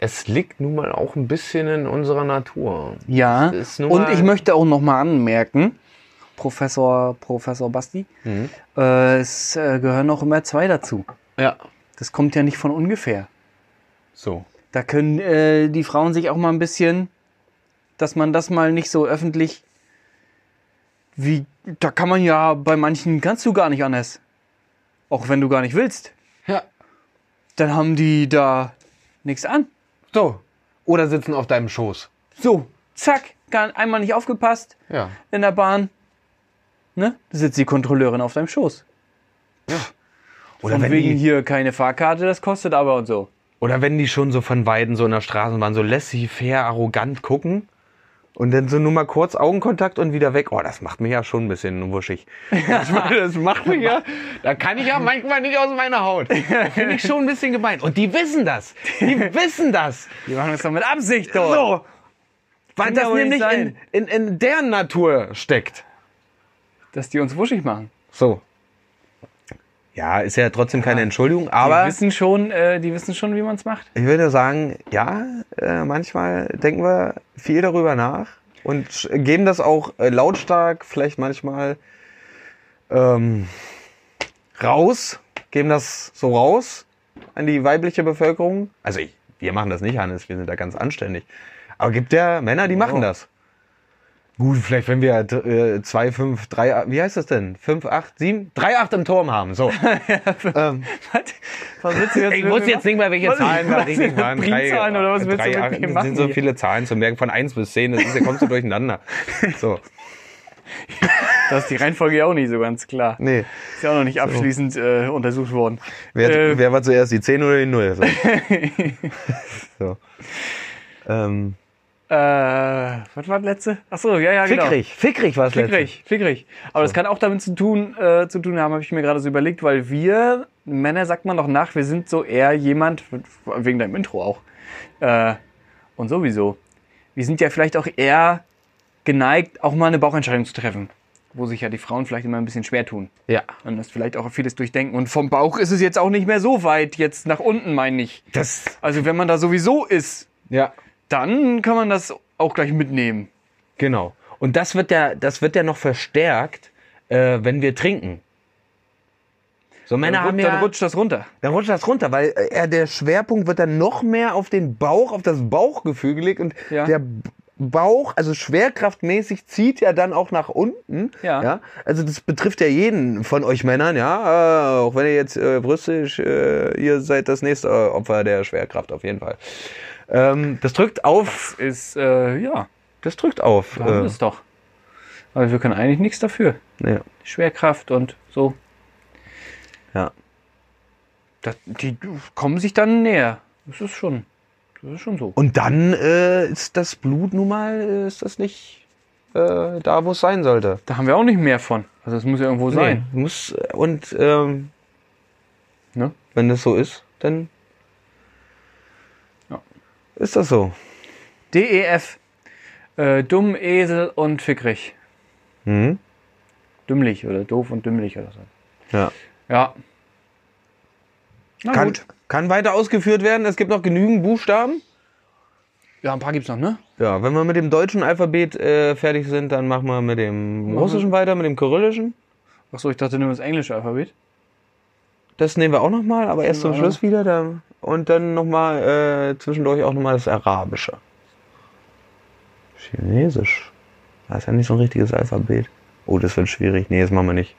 Speaker 1: es liegt nun mal auch ein bisschen in unserer Natur.
Speaker 2: Ja.
Speaker 1: Das ist nun
Speaker 2: Und
Speaker 1: mal-
Speaker 2: ich möchte auch nochmal anmerken, Professor, Professor Basti,
Speaker 1: Mhm.
Speaker 2: äh, es äh, gehören auch immer zwei dazu.
Speaker 1: Ja.
Speaker 2: Das kommt ja nicht von ungefähr.
Speaker 1: So.
Speaker 2: Da können äh, die Frauen sich auch mal ein bisschen, dass man das mal nicht so öffentlich, wie, da kann man ja bei manchen, kannst du gar nicht anders. Auch wenn du gar nicht willst.
Speaker 1: Ja.
Speaker 2: Dann haben die da nichts an.
Speaker 1: So. Oder sitzen auf deinem Schoß.
Speaker 2: So, zack, gar einmal nicht aufgepasst
Speaker 1: Ja.
Speaker 2: in der Bahn. Ne? Da sitzt die Kontrolleurin auf deinem Schoß.
Speaker 1: Oder
Speaker 2: Von
Speaker 1: wenn
Speaker 2: wegen
Speaker 1: die-
Speaker 2: hier keine Fahrkarte, das kostet aber und so.
Speaker 1: Oder wenn die schon so von Weiden so in der Straßenbahn so lässig, fair, arrogant gucken und dann so nur mal kurz Augenkontakt und wieder weg. Oh, das macht mich ja schon ein bisschen <laughs> wuschig. Das, macht- das macht mich ja, da kann ich ja manchmal nicht aus meiner Haut. Finde ich schon ein bisschen gemein. Und die wissen das. Die <laughs> wissen das.
Speaker 2: Die machen das doch mit Absicht dort.
Speaker 1: So. Weil
Speaker 2: Kann
Speaker 1: das
Speaker 2: aber nicht
Speaker 1: nämlich in,
Speaker 2: sein.
Speaker 1: in, in deren Natur steckt.
Speaker 2: Dass die uns wuschig machen.
Speaker 1: So. Ja, ist ja trotzdem keine Entschuldigung,
Speaker 2: Die
Speaker 1: aber.
Speaker 2: wissen schon, äh, die wissen schon, wie man es macht.
Speaker 1: Ich würde sagen, ja, äh, manchmal denken wir viel darüber nach und sch- geben das auch äh, lautstark vielleicht manchmal ähm, raus, geben das so raus an die weibliche Bevölkerung. Also ich, wir machen das nicht, Hannes, wir sind da ganz anständig. Aber gibt ja Männer, die machen das. Gut, vielleicht wenn wir äh, 2, 5, 3, wie heißt das denn? 5, 8, 7, 3, 8 im Turm haben. So. ähm,
Speaker 2: Was? Was willst du jetzt
Speaker 1: ich
Speaker 2: mit
Speaker 1: wusste
Speaker 2: mir
Speaker 1: jetzt nicht mehr, welche
Speaker 2: Was-
Speaker 1: Zahlen da
Speaker 2: <laughs> was
Speaker 1: richtig
Speaker 2: sind
Speaker 1: waren.
Speaker 2: Primzahlen oder was willst du
Speaker 1: drei,
Speaker 2: mit
Speaker 1: acht,
Speaker 2: mir
Speaker 1: Das
Speaker 2: machen
Speaker 1: sind so
Speaker 2: hier?
Speaker 1: viele Zahlen zu merken von 1 bis 10. Das ist, da kommst du durcheinander.
Speaker 2: <laughs>
Speaker 1: So,
Speaker 2: machen? Da ist die Reihenfolge ja auch nicht so ganz klar.
Speaker 1: nee.
Speaker 2: Ist ja auch noch nicht abschließend äh, untersucht worden.
Speaker 1: Wer,
Speaker 2: Äh,
Speaker 1: wer war zuerst, die 10 oder die 0?
Speaker 2: <laughs>
Speaker 1: So. so. Ähm,
Speaker 2: Äh, was war das letzte? Achso, ja, ja, genau.
Speaker 1: Fickrig, Fickrig war es letztlich.
Speaker 2: Fickrig, fickrig. Aber das kann auch damit zu tun, äh, zu tun haben, habe ich mir gerade so überlegt, weil wir, Männer sagt man doch nach, wir sind so eher jemand, wegen deinem Intro auch, äh, und sowieso, wir sind ja vielleicht auch eher geneigt, auch mal eine Bauchentscheidung zu treffen, wo sich ja die Frauen vielleicht immer ein bisschen schwer tun.
Speaker 1: Ja.
Speaker 2: Und das vielleicht auch vieles durchdenken. Und vom Bauch ist es jetzt auch nicht mehr so weit, jetzt nach unten meine ich.
Speaker 1: Das,
Speaker 2: Also wenn man da sowieso ist,
Speaker 1: ja,
Speaker 2: dann kann man das auch gleich mitnehmen.
Speaker 1: genau. Und das wird ja, das wird ja noch verstärkt, äh, wenn wir trinken. So Männer
Speaker 2: Dann,
Speaker 1: haben
Speaker 2: rut-
Speaker 1: ja...
Speaker 2: dann rutscht das runter.
Speaker 1: Dann rutscht das runter, weil äh, er- der Schwerpunkt wird dann noch mehr auf den Bauch, auf das Bauchgefühl gelegt und
Speaker 2: Ja.
Speaker 1: der B- Bauch, also schwerkraftmäßig zieht ja dann auch nach unten.
Speaker 2: Ja.
Speaker 1: Also das betrifft ja jeden von euch Männern, ja. Äh, auch wenn ihr jetzt äh, brüstig, äh, ihr seid das nächste äh, Opfer der Schwerkraft auf jeden Fall. Ähm, das drückt auf.
Speaker 2: Ist, äh, ja.
Speaker 1: Das drückt auf.
Speaker 2: Da haben
Speaker 1: Äh,
Speaker 2: wir es doch. Aber wir können eigentlich nichts dafür.
Speaker 1: ja.
Speaker 2: Schwerkraft und so.
Speaker 1: Ja.
Speaker 2: Das, die kommen sich dann näher. Das ist schon, das ist schon so.
Speaker 1: Und dann äh, ist das Blut nun mal, äh, ist das nicht äh, da, wo es sein sollte.
Speaker 2: Da haben wir auch nicht mehr von. Also es muss ja irgendwo sein.
Speaker 1: Nee, muss und ähm,
Speaker 2: Ne?
Speaker 1: wenn das so ist, dann
Speaker 2: Ja.
Speaker 1: ist das so.
Speaker 2: DEF. E Äh, dumm, Esel und Fickrig.
Speaker 1: Mhm.
Speaker 2: Dümmlich oder doof und dümmlich oder so.
Speaker 1: Ja.
Speaker 2: Ja. Na
Speaker 1: Kann,
Speaker 2: gut.
Speaker 1: kann weiter ausgeführt werden. Es gibt noch genügend Buchstaben.
Speaker 2: Ja, ein paar gibt's noch, ne?
Speaker 1: Ja, wenn wir mit dem deutschen Alphabet äh, fertig sind, dann machen wir mit dem russischen weiter, mit dem kyrillischen.
Speaker 2: Achso, ich dachte nur das englische Alphabet.
Speaker 1: Das nehmen wir auch nochmal, aber erst zum
Speaker 2: wir auch
Speaker 1: Schluss wieder. Da, und dann nochmal äh, zwischendurch auch nochmal das arabische. Chinesisch. Das ist ja nicht so ein richtiges Alphabet. Oh, das wird schwierig. Nee, das machen wir nicht.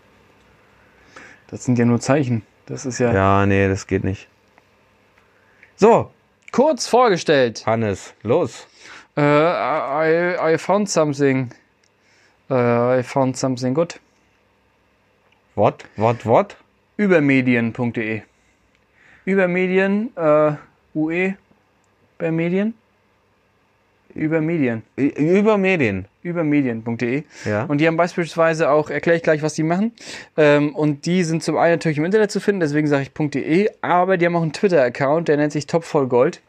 Speaker 2: Das sind ja nur Zeichen. Das ist ja
Speaker 1: Ja, nee, das geht nicht. So,
Speaker 2: kurz vorgestellt.
Speaker 1: Hannes, los.
Speaker 2: Äh, I, I found something. Äh, I found something good.
Speaker 1: What, what, what?
Speaker 2: Übermedien.de. E, Übermedien, äh, UE, Übermedien. Über Medien.
Speaker 3: Über Medien.
Speaker 2: Über medien.de.
Speaker 3: Ja.
Speaker 2: Und die haben beispielsweise auch, erkläre ich gleich, was die machen. Ähm, und die sind zum einen natürlich im Internet zu finden, deswegen sage ich .de, aber die haben auch einen Twitter-Account, der nennt sich Top voll Gold.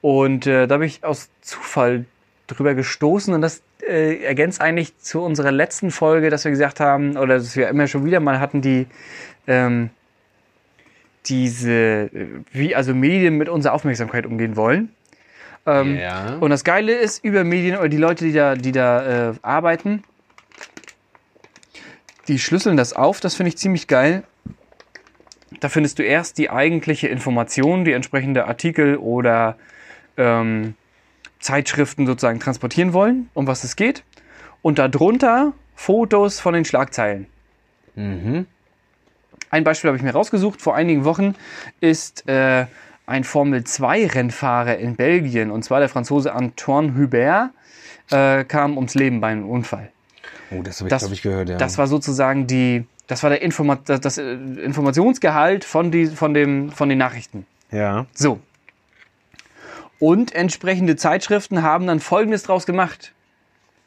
Speaker 2: Und äh, da bin ich aus Zufall drüber gestoßen und das äh, ergänzt eigentlich zu unserer letzten Folge, dass wir gesagt haben, oder dass wir immer schon wieder mal hatten, die ähm, diese, äh, wie also Medien mit unserer Aufmerksamkeit umgehen wollen. Ähm,
Speaker 3: Ja.
Speaker 2: Und das Geile ist, über Medien oder die Leute, die da, die da äh, arbeiten, die schlüsseln das auf. Das finde ich ziemlich geil. Da findest du erst die eigentliche Information, die entsprechende Artikel oder ähm, Zeitschriften sozusagen transportieren wollen, um was es geht. Und darunter Fotos von den Schlagzeilen.
Speaker 3: Mhm.
Speaker 2: Ein Beispiel habe ich mir rausgesucht. Vor einigen Wochen ist äh, ein Formel-2-Rennfahrer in Belgien, und zwar der Franzose Antoine Hubert, äh, kam ums Leben bei einem Unfall.
Speaker 3: Oh, das habe ich,
Speaker 2: Das-
Speaker 3: glaube ich, gehört, ja.
Speaker 2: Das war sozusagen die, das war der Informa das, das äh, Informationsgehalt von, die, von, dem, von den Nachrichten.
Speaker 3: ja.
Speaker 2: So. Und entsprechende Zeitschriften haben dann Folgendes draus gemacht.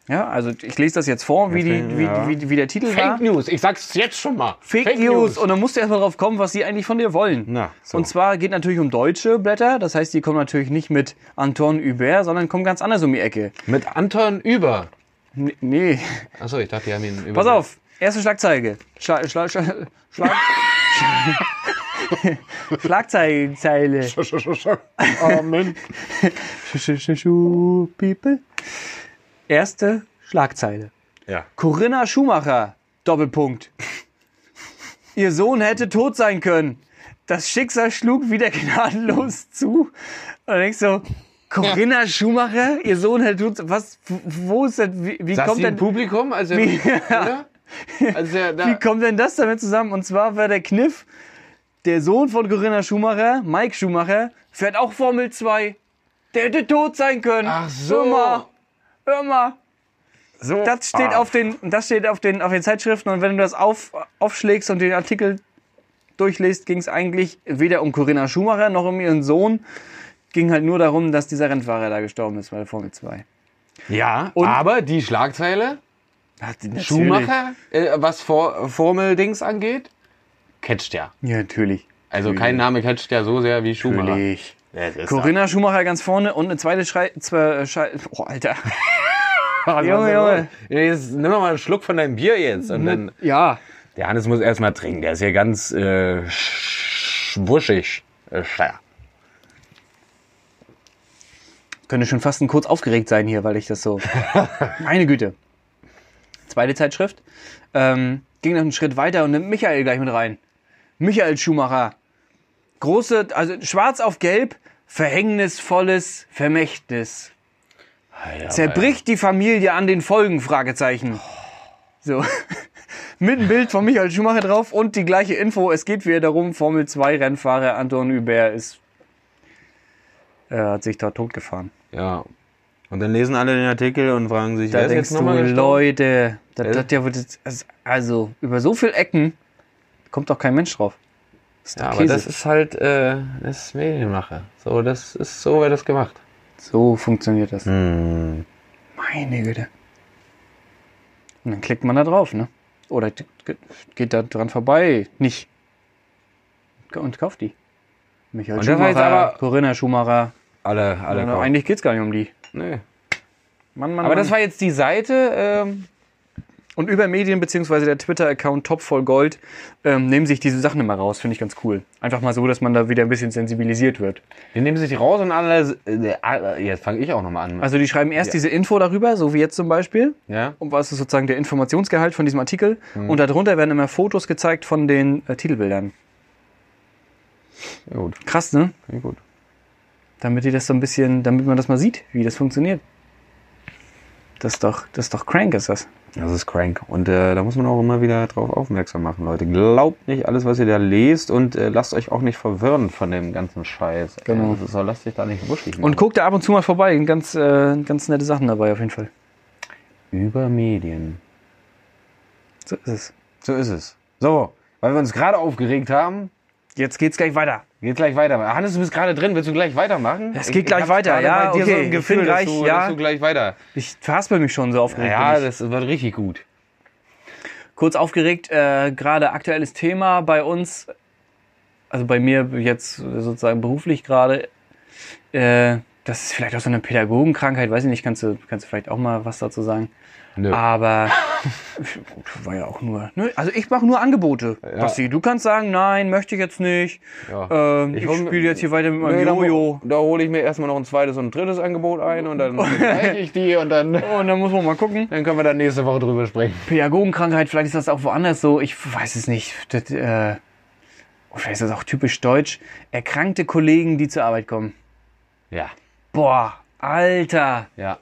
Speaker 2: Ja, also ich lese das jetzt vor, wie, die, wie,
Speaker 3: Ja.
Speaker 2: wie, wie der Titel war.
Speaker 4: Fake News, ich sag's jetzt schon mal.
Speaker 2: Fake, News. Und dann musst du erstmal drauf kommen, was sie eigentlich von dir wollen.
Speaker 3: Na, so.
Speaker 2: Und zwar geht natürlich um deutsche Blätter. Das heißt, die kommen natürlich nicht mit Anton Hubert, sondern kommen ganz anders um die Ecke.
Speaker 3: Mit Anton über.
Speaker 2: N nee.
Speaker 3: Achso, ich dachte, die haben ihn über.
Speaker 2: Pass auf. Erste Schlagzeile. Schla Schla Schla Schlag Schlagzeilenzeile.
Speaker 4: Amen.
Speaker 2: Sch- sch- sch- schu- People. Erste Schlagzeile.
Speaker 3: Ja.
Speaker 2: Corinna Schumacher. Doppelpunkt. Ihr Sohn hätte tot sein können. Das Schicksal schlug wieder gnadenlos zu. Und dann denkst du, Corinna Schumacher, ihr Sohn hätte tot was wo ist denn wie, wie
Speaker 3: Saß
Speaker 2: kommt
Speaker 3: sie im
Speaker 2: denn
Speaker 3: Publikum? Also,
Speaker 1: <laughs>
Speaker 2: Wie-
Speaker 3: oder? Also, ja, da,
Speaker 2: wie kommt denn das damit zusammen? Und zwar war der Kniff, der Sohn von Corinna Schumacher, Mike Schumacher, fährt auch Formel 2. Der hätte tot sein können.
Speaker 3: Ach so.
Speaker 2: Hör mal. Hör mal.
Speaker 3: so.
Speaker 2: Das steht
Speaker 3: Ah.
Speaker 2: auf den, das steht auf den, auf den Zeitschriften und wenn du das auf, aufschlägst und den Artikel durchliest, ging es eigentlich weder um Corinna Schumacher noch um ihren Sohn. Ging halt nur darum, dass dieser Rennfahrer da gestorben ist bei der Formel 2.
Speaker 3: Ja,
Speaker 2: Und-
Speaker 3: aber die Schlagzeile, Schumacher, äh, was For Formel-Dings angeht, catcht ja.
Speaker 2: Ja, natürlich.
Speaker 3: Also kein Name catcht ja so sehr wie Schumacher.
Speaker 2: Natürlich.
Speaker 3: Ja, das ist
Speaker 2: Corinna Schumacher ganz vorne und eine zweite Schrei... Zwei, Schei oh, Alter.
Speaker 3: doch-
Speaker 2: Junge, Junge.
Speaker 3: Jetzt nimm doch mal einen Schluck von deinem Bier jetzt. Und dann,
Speaker 2: Ja.
Speaker 3: der Hannes muss erstmal trinken. Der ist hier ganz äh, sch- wuschig. Äh, ja.
Speaker 2: Könnte schon fast ein kurz aufgeregt sein hier, weil ich das so... Meine Güte. Zweite Zeitschrift. Ähm, ging noch einen Schritt weiter und nimmt Michael gleich mit rein. Michael Schumacher. Große, also schwarz auf gelb, verhängnisvolles Vermächtnis.
Speaker 3: Ah,
Speaker 2: Zerbricht die Familie an den Folgen? Fragezeichen. So. <laughs> Mit einem Bild von Michael Schumacher drauf und die gleiche Info. Es geht wieder darum, Formel 2 Rennfahrer Anton Hubert ist, äh, hat sich da tot gefahren.
Speaker 3: Ja. Und dann lesen alle den Artikel und fragen sich,
Speaker 2: Da
Speaker 3: wer ist
Speaker 2: denkst
Speaker 3: jetzt
Speaker 2: du,
Speaker 3: nochmal gestorben?
Speaker 2: Leute,
Speaker 3: Äh?
Speaker 2: das, das, ja wohl das, also- also über so viele Ecken kommt doch kein Mensch drauf. Ist doch
Speaker 3: Ja, aber
Speaker 2: Käse.
Speaker 3: das ist halt, äh, das ist Medienmache. So, das ist, so wird das gemacht.
Speaker 2: so funktioniert das.
Speaker 3: Hm.
Speaker 2: Meine Güte. Und dann klickt man da drauf, ne? Oder t- t- geht da dran vorbei. Nicht. Und kauft die. Michael
Speaker 3: Und das war jetzt
Speaker 2: Schumacher,
Speaker 3: aber-
Speaker 2: Corinna Schumacher.
Speaker 3: Alle, alle
Speaker 2: Na, eigentlich geht's gar nicht um die.
Speaker 3: Nee.
Speaker 2: Mann, Mann,
Speaker 3: Aber
Speaker 2: Mann.
Speaker 3: das war jetzt die Seite, ähm,
Speaker 2: Und über Medien bzw. der Twitter-Account Top voll Gold ähm, nehmen sich diese Sachen immer raus. Finde ich ganz cool. Einfach mal so, dass man da wieder ein bisschen sensibilisiert wird.
Speaker 3: die nehmen sich raus und alle, äh, äh, jetzt fange ich auch nochmal an.
Speaker 2: Also die schreiben erst diese Info darüber, so wie jetzt zum Beispiel.
Speaker 3: ja?
Speaker 2: Und um was ist sozusagen der Informationsgehalt von diesem Artikel?
Speaker 3: Hm.
Speaker 2: Und darunter werden immer Fotos gezeigt von den äh, Titelbildern.
Speaker 3: Ja, gut,
Speaker 2: Krass, ne?
Speaker 3: ja, gut.
Speaker 2: Damit die das so ein bisschen, damit man das mal sieht, wie das funktioniert. Das ist doch, das ist doch crank, ist das.
Speaker 3: Das ist crank. Und äh, da muss man auch immer wieder drauf aufmerksam machen, Leute. Glaubt nicht alles, was ihr da lest und äh, lasst euch auch nicht verwirren von dem ganzen Scheiß. Ey,
Speaker 2: Genau.
Speaker 3: Das ist, so, lasst euch da nicht wuschig machen.
Speaker 2: Und guck da ab und zu mal vorbei, sind ganz, äh, ganz nette Sachen dabei auf jeden Fall.
Speaker 3: über Medien.
Speaker 2: So ist es.
Speaker 3: So ist es. So, weil wir uns gerade aufgeregt haben,
Speaker 2: jetzt geht's gleich weiter.
Speaker 3: Geht gleich weiter. Hannes, du bist gerade drin. Willst du gleich weitermachen?
Speaker 2: Es geht gleich
Speaker 3: hab's
Speaker 2: weiter,
Speaker 3: gerade
Speaker 2: ja,
Speaker 3: Bei dir
Speaker 2: okay.
Speaker 3: so ein
Speaker 2: Ich
Speaker 3: Gefühl,
Speaker 2: bin
Speaker 3: dass,
Speaker 2: gleich,
Speaker 3: du,
Speaker 2: ja.
Speaker 3: dass du gleich weiter.
Speaker 2: Ich verhaspel mich schon so aufgeregt. bin
Speaker 3: Ja,
Speaker 2: ich.
Speaker 3: das wird richtig gut.
Speaker 2: Kurz aufgeregt, äh, gerade aktuelles Thema bei uns, also bei mir jetzt sozusagen beruflich gerade, äh, das ist vielleicht auch so eine Pädagogenkrankheit, weiß ich nicht, kannst du, kannst du vielleicht auch mal was dazu sagen.
Speaker 3: Nö. <laughs>
Speaker 2: Aber ich war ja auch nur. Ne? Also ich mache nur Angebote. Basti, du kannst sagen, nein, möchte ich jetzt nicht.
Speaker 3: Ja.
Speaker 2: Ähm, ich
Speaker 3: Ich hol-
Speaker 2: spiele jetzt hier weiter mit meinem
Speaker 3: Nee, da hol-
Speaker 2: Jojo.
Speaker 3: Da hole ich mir erstmal noch ein zweites und ein drittes Angebot ein und <laughs> dann,
Speaker 5: Zeige ich die und dann
Speaker 2: Und dann muss man mal gucken.
Speaker 3: dann können wir dann nächste Woche drüber sprechen.
Speaker 2: Pädagogenkrankheit, vielleicht ist das auch woanders so. Ich weiß es nicht. Das, äh, oh, vielleicht ist das auch typisch deutsch. Erkrankte Kollegen, die zur Arbeit kommen.
Speaker 3: Ja.
Speaker 2: Boah, Alter.
Speaker 3: Ja.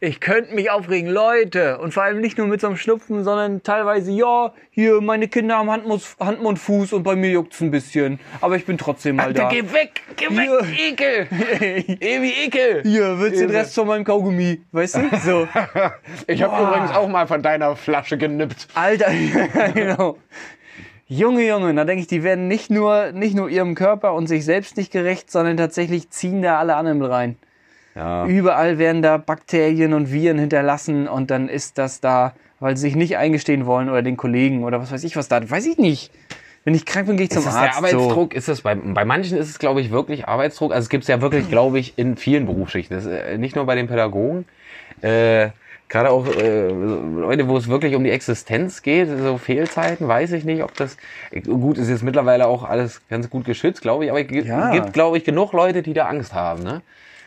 Speaker 2: Ich könnte mich aufregen, Leute. Und vor allem nicht nur mit so einem Schnupfen, sondern teilweise, ja, hier, meine Kinder haben Hand, Mus- Hand Mund, Fuß und bei mir juckt's ein bisschen. Aber ich bin trotzdem mal da.
Speaker 3: weg! Geh
Speaker 2: weg,
Speaker 3: Ekel! Ewi
Speaker 2: <laughs>
Speaker 3: Ekel!
Speaker 2: Hier, willst du den Rest von meinem Kaugummi? Weißt du? So.
Speaker 5: Ich habe übrigens auch mal von deiner Flasche genippt.
Speaker 2: Alter, <laughs> genau. Junge, Junge, da denke ich, die werden nicht nur, nicht nur ihrem Körper und sich selbst nicht gerecht, sondern tatsächlich ziehen da alle anderen mit rein.
Speaker 3: Ja.
Speaker 2: Überall werden da Bakterien und Viren hinterlassen und dann ist das da, weil sie sich nicht eingestehen wollen oder den Kollegen oder was weiß ich was da. Weiß ich nicht. Wenn ich krank bin, gehe ich zum
Speaker 3: Ist das der
Speaker 2: Arzt. So.
Speaker 3: Arbeitsdruck? Ist das bei, bei manchen ist es, glaube ich, wirklich Arbeitsdruck. Also es gibt es ja wirklich, glaube ich, in vielen Berufsschichten. Das, ist, äh, nicht nur bei den Pädagogen. Äh, Gerade auch äh, so Leute, wo es wirklich um die Existenz geht, so Fehlzeiten, weiß ich nicht, ob das gut ist jetzt mittlerweile auch alles ganz gut geschützt, glaube ich. Aber es gibt,
Speaker 2: Ja.
Speaker 3: gibt glaube ich, genug Leute, die da Angst haben, ne?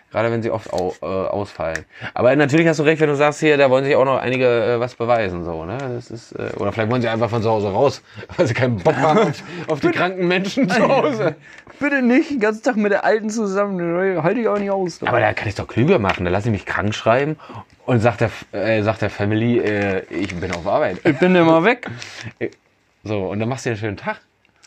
Speaker 3: Gerade wenn sie oft au, äh, ausfallen. Aber natürlich hast du recht, wenn du sagst hier, da wollen sich auch noch einige äh, was beweisen, so, ne? Das ist, äh,
Speaker 5: Oder vielleicht wollen sie einfach von zu Hause
Speaker 3: <laughs>
Speaker 5: raus, weil sie keinen Bock haben auf, auf die kranken Menschen zu Hause.
Speaker 2: Bitte nicht den ganzen Tag mit der Alten zusammen. Halte ich auch nicht aus.
Speaker 3: Aber da kann ich doch klüger machen. Da lasse ich mich krank schreiben und sagt der, äh, sagt der Family, äh, ich bin auf Arbeit.
Speaker 2: Ich bin
Speaker 3: <laughs>
Speaker 2: immer weg.
Speaker 3: So, und dann machst du dir einen schönen Tag.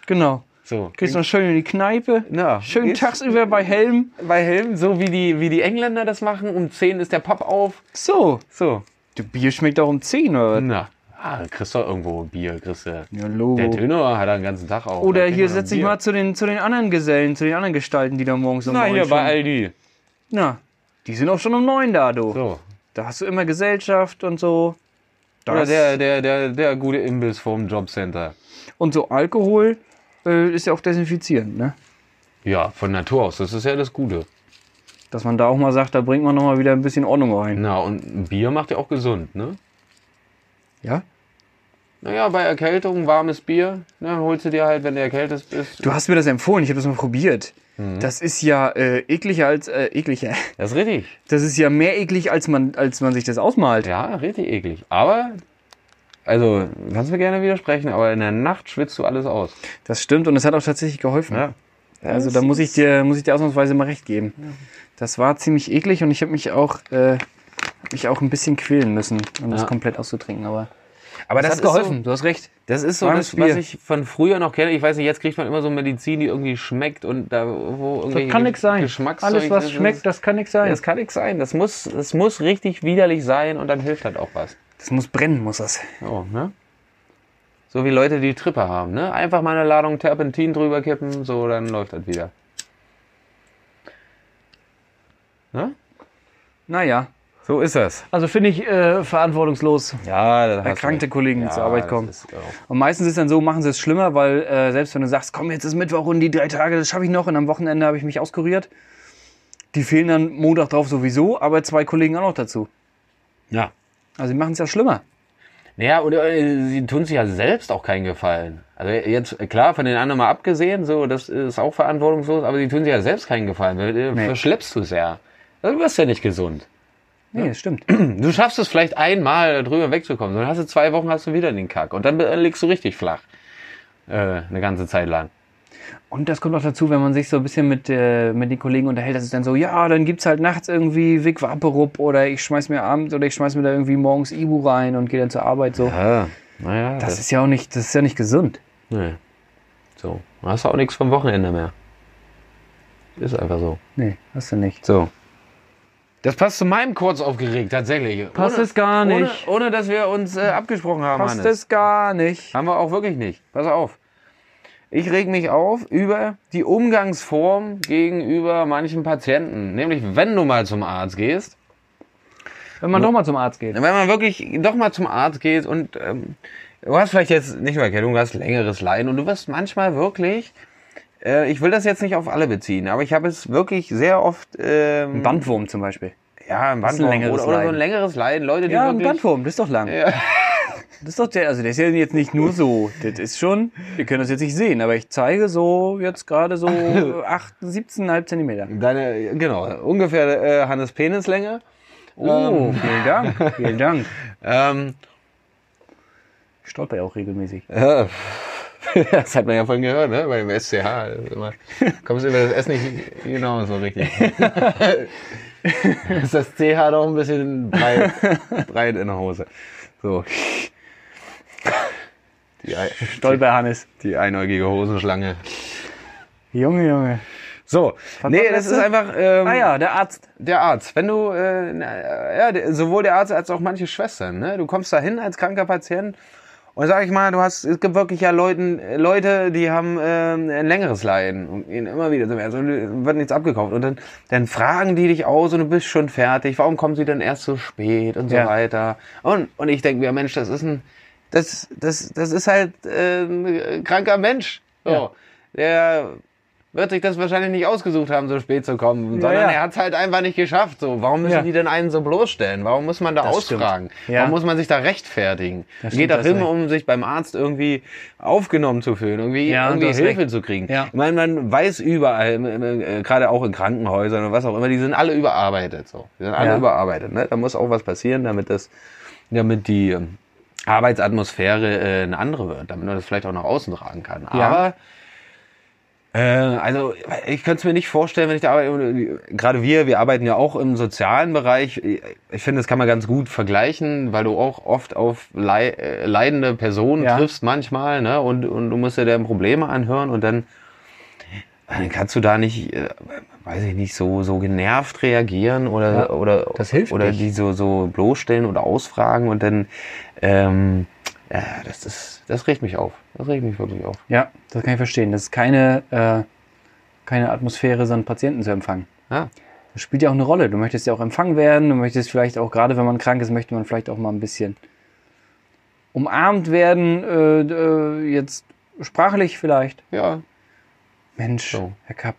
Speaker 2: Genau.
Speaker 3: So.
Speaker 2: Gehst noch schön in die Kneipe.
Speaker 3: Na,
Speaker 2: Schön
Speaker 3: gehst-
Speaker 2: tagsüber bei Helm.
Speaker 3: Bei Helm, so wie die, wie die Engländer das machen, um 10 ist der Pub auf.
Speaker 2: So.
Speaker 3: So.
Speaker 2: Du Bier schmeckt auch um 10 oder was?
Speaker 3: Na. Ah, kriegst doch irgendwo ein Bier, kriegst du.
Speaker 2: Ja,
Speaker 3: Der
Speaker 2: Logo.
Speaker 3: Döner hat er den ganzen Tag auf.
Speaker 2: Oder
Speaker 3: Da
Speaker 2: hier
Speaker 3: kriegt man noch
Speaker 2: setz dich
Speaker 3: ein
Speaker 2: mal zu den, zu den anderen Gesellen, zu den anderen Gestalten, die da morgens um
Speaker 3: Bier. Na,
Speaker 2: neun
Speaker 3: hier
Speaker 2: schon-
Speaker 3: bei Aldi.
Speaker 2: Na, die sind auch schon um neun da, du.
Speaker 3: So.
Speaker 2: Da hast du immer Gesellschaft und so.
Speaker 3: Oder
Speaker 2: Das-
Speaker 3: der, der, der, der gute Imbiss vom Jobcenter.
Speaker 2: Und so Alkohol äh, ist ja auch desinfizierend, ne?
Speaker 3: Ja, von Natur aus. Das ist ja das Gute.
Speaker 2: Dass man da auch mal sagt, da bringt man nochmal wieder ein bisschen Ordnung rein.
Speaker 3: Na, und ein Bier macht ja auch gesund, ne?
Speaker 2: Ja?
Speaker 3: Naja, bei Erkältung, warmes Bier, ne, holst du dir halt, wenn du erkältet bist.
Speaker 2: Du hast mir das empfohlen, ich habe das mal probiert. Das ist ja äh, ekliger als äh, ekliger. <laughs>
Speaker 3: Das ist richtig.
Speaker 2: Das ist ja mehr eklig, als man, als man sich das ausmalt.
Speaker 3: Ja, richtig eklig. Aber, also, kannst mir gerne widersprechen, aber in der Nacht schwitzt du alles aus.
Speaker 2: Das stimmt und es hat auch tatsächlich geholfen.
Speaker 3: Ja.
Speaker 2: Also da muss ich dir, muss ich dir ausnahmsweise mal recht geben. Das war ziemlich eklig und ich habe mich auch, äh, hab mich auch ein bisschen quälen müssen, um das
Speaker 3: Ja.
Speaker 2: komplett auszutrinken. Aber
Speaker 3: Aber
Speaker 2: das, hat geholfen. du hast recht.
Speaker 3: das ist so
Speaker 2: Warmes
Speaker 3: das, was
Speaker 2: Bier.
Speaker 3: ich von früher noch kenne. Ich weiß nicht, jetzt kriegt man immer so Medizin, die irgendwie schmeckt und da, wo irgendwie
Speaker 2: nix
Speaker 3: Geschmackszeug ist.
Speaker 2: das kann nichts sein.
Speaker 3: Das kann nichts sein. Das muss, das muss richtig widerlich sein und dann hilft halt auch was.
Speaker 2: Das muss brennen, muss das.
Speaker 3: Oh, ne? So wie Leute, die Trippe haben, ne? Einfach mal eine Ladung Terpentin drüber kippen, so, dann läuft das wieder. Ne?
Speaker 2: Naja,
Speaker 3: So ist das.
Speaker 2: also finde ich äh, verantwortungslos,
Speaker 3: Ja, das
Speaker 2: erkrankte Kollegen, die zur Arbeit kommen.
Speaker 3: Ah, Das ist auch-
Speaker 2: Und meistens ist dann so, machen sie es schlimmer, weil äh, selbst wenn du sagst, komm, jetzt ist Mittwoch und die drei Tage, das schaffe ich noch und am Wochenende habe ich mich auskuriert. Die fehlen dann Montag drauf sowieso, aber zwei Kollegen auch noch dazu.
Speaker 3: ja.
Speaker 2: Also die machen es ja schlimmer.
Speaker 3: Naja, und äh, sie tun sich ja selbst auch keinen Gefallen. Also jetzt, klar, von den anderen mal abgesehen, so, das ist auch verantwortungslos, aber sie tun sich ja selbst keinen Gefallen. weil, äh,
Speaker 2: Nee.
Speaker 3: Verschleppst du es ja. Also, Du wirst ja nicht gesund.
Speaker 2: Nee, das stimmt.
Speaker 3: Du schaffst es vielleicht einmal drüber wegzukommen, dann hast du zwei Wochen hast du wieder den Kack und dann be- liegst du richtig flach. Äh, eine ganze Zeit lang.
Speaker 2: Und das kommt noch dazu, wenn man sich so ein bisschen mit, äh, mit den Kollegen unterhält, das ist dann so, ja, dann gibt's halt nachts irgendwie Vic Vaporub oder ich schmeiß mir abends oder ich schmeiß mir da irgendwie morgens Ibu rein und gehe dann zur Arbeit so.
Speaker 3: Ah, naja,
Speaker 2: Das ist ja auch nicht, das ist ja nicht gesund.
Speaker 3: nee. So, dann hast du auch nichts vom Wochenende mehr. Ist einfach so.
Speaker 2: Nee, hast du nicht.
Speaker 3: So.
Speaker 5: Das passt zu meinem kurz aufgeregt, tatsächlich.
Speaker 2: Passt es gar
Speaker 3: Ohne,
Speaker 2: nicht.
Speaker 3: ohne dass wir uns äh, abgesprochen haben,
Speaker 2: Passt
Speaker 3: Hannes.
Speaker 2: es gar nicht.
Speaker 3: Haben wir auch wirklich nicht. Pass auf. Ich reg mich auf über die Umgangsform gegenüber manchen Patienten. Nämlich, wenn du mal zum Arzt gehst,
Speaker 2: Wenn man doch mal zum Arzt geht.
Speaker 3: wenn man wirklich doch mal zum Arzt geht und ähm, du hast vielleicht jetzt nicht nur Erkältung, du hast längeres Leiden und du wirst manchmal wirklich, äh, ich will das jetzt nicht auf alle beziehen, aber ich habe es wirklich sehr oft, ähm,
Speaker 2: Bandwurm zum Beispiel.
Speaker 3: ja, ein
Speaker 2: ist ein
Speaker 3: Bandwurm oder,
Speaker 2: längeres
Speaker 3: oder so ein
Speaker 2: Leiden.
Speaker 3: längeres Leiden, Leute, die
Speaker 2: Ja, ein
Speaker 3: wirklich,
Speaker 2: Bandwurm, das ist doch lang. <laughs> Das ist doch der, also der ist ja jetzt nicht nur so. Das ist schon, wir können das jetzt nicht sehen, aber ich zeige so jetzt gerade
Speaker 3: <laughs>
Speaker 2: so 8, 17,5 Zentimeter.
Speaker 3: Ähm. deine, genau, ungefähr äh, Hannes Penislänge.
Speaker 2: Oh, vielen Dank, vielen Dank.
Speaker 3: Ähm,
Speaker 2: Ich stolper ja auch regelmäßig.
Speaker 3: Ja.
Speaker 2: <laughs>
Speaker 3: Das hat man ja vorhin gehört, ne? Bei dem SCH. Also <laughs> immer, kommst über das S nicht genau so <laughs> richtig. ist das CH doch ein bisschen breit, breit in der Hose. So. Die, Ei-
Speaker 2: Stolper Hannes.
Speaker 3: die einäugige Hosenschlange.
Speaker 2: Junge, Junge.
Speaker 3: So, nee,
Speaker 2: war
Speaker 3: das
Speaker 2: das
Speaker 3: ist
Speaker 2: denn?
Speaker 3: einfach ähm,
Speaker 2: Ah ja, der Arzt.
Speaker 3: der Arzt. Wenn du, äh, na, ja, der- sowohl der Arzt als auch manche Schwestern, ne? Du kommst da hin als kranker Patient und sag ich mal, du hast, es gibt wirklich ja Leuten, Leute, die haben ähm, ein längeres Leiden und ihnen immer wieder zum Arzt und äh, wird nichts abgekauft und dann, dann fragen die dich aus und du bist schon fertig. Warum kommen sie denn erst so spät und so
Speaker 2: Ja.
Speaker 3: weiter? Und und ich denke mir, Mensch, das ist ein, das das das ist halt äh, ein kranker Mensch. So.
Speaker 2: Ja.
Speaker 3: Der wird sich das wahrscheinlich nicht ausgesucht haben, so spät zu kommen, sondern
Speaker 2: ja.
Speaker 3: er hat es halt einfach nicht geschafft. So, warum müssen
Speaker 2: Ja.
Speaker 3: die denn einen so bloßstellen? Warum muss man da
Speaker 2: Das stimmt.
Speaker 3: ausfragen?
Speaker 2: Ja.
Speaker 3: Warum muss man sich da rechtfertigen?
Speaker 2: Das
Speaker 3: Geht
Speaker 2: stimmt,
Speaker 3: da
Speaker 2: das
Speaker 3: hin,
Speaker 2: recht.
Speaker 3: um sich beim Arzt irgendwie aufgenommen zu fühlen, irgendwie,
Speaker 2: Ja,
Speaker 3: irgendwie
Speaker 2: das
Speaker 3: Hilfe
Speaker 2: recht.
Speaker 3: zu kriegen.
Speaker 2: Ja.
Speaker 3: Ich meine, man weiß überall, äh, äh, gerade auch in Krankenhäusern und was auch immer, die sind alle überarbeitet. So. Die sind alle
Speaker 2: Ja.
Speaker 3: überarbeitet. Ne? Da muss auch was passieren, damit das, damit die ähm, Arbeitsatmosphäre äh, eine andere wird, damit man das vielleicht auch nach außen tragen kann.
Speaker 2: Ja.
Speaker 3: Aber äh, also ich könnte es mir nicht vorstellen, wenn ich da arbeite. Gerade wir, wir arbeiten ja auch im sozialen Bereich. Ich finde, das kann man ganz gut vergleichen, weil du auch oft auf lei- äh, leidende Personen
Speaker 2: Ja.
Speaker 3: triffst manchmal, ne? Und, und du musst dir deren Probleme anhören und dann, dann kannst du da nicht, äh, weiß ich nicht, so, so genervt reagieren oder,
Speaker 2: Ja,
Speaker 3: oder,
Speaker 2: das hilft
Speaker 3: oder
Speaker 2: nicht.
Speaker 3: die so, so bloßstellen oder ausfragen und dann, ähm, ja, das ist, das regt mich auf. Das regt mich wirklich auf.
Speaker 2: Ja, das kann ich verstehen. Das ist keine, äh, keine Atmosphäre, so einen Patienten zu empfangen.
Speaker 3: Ja.
Speaker 2: Das spielt ja auch eine Rolle. Du möchtest ja auch empfangen werden, du möchtest vielleicht auch, gerade wenn man krank ist, möchte man vielleicht auch mal ein bisschen umarmt werden, äh, äh, jetzt sprachlich vielleicht.
Speaker 3: Ja.
Speaker 2: Mensch,
Speaker 3: So.
Speaker 2: Herr Kapp,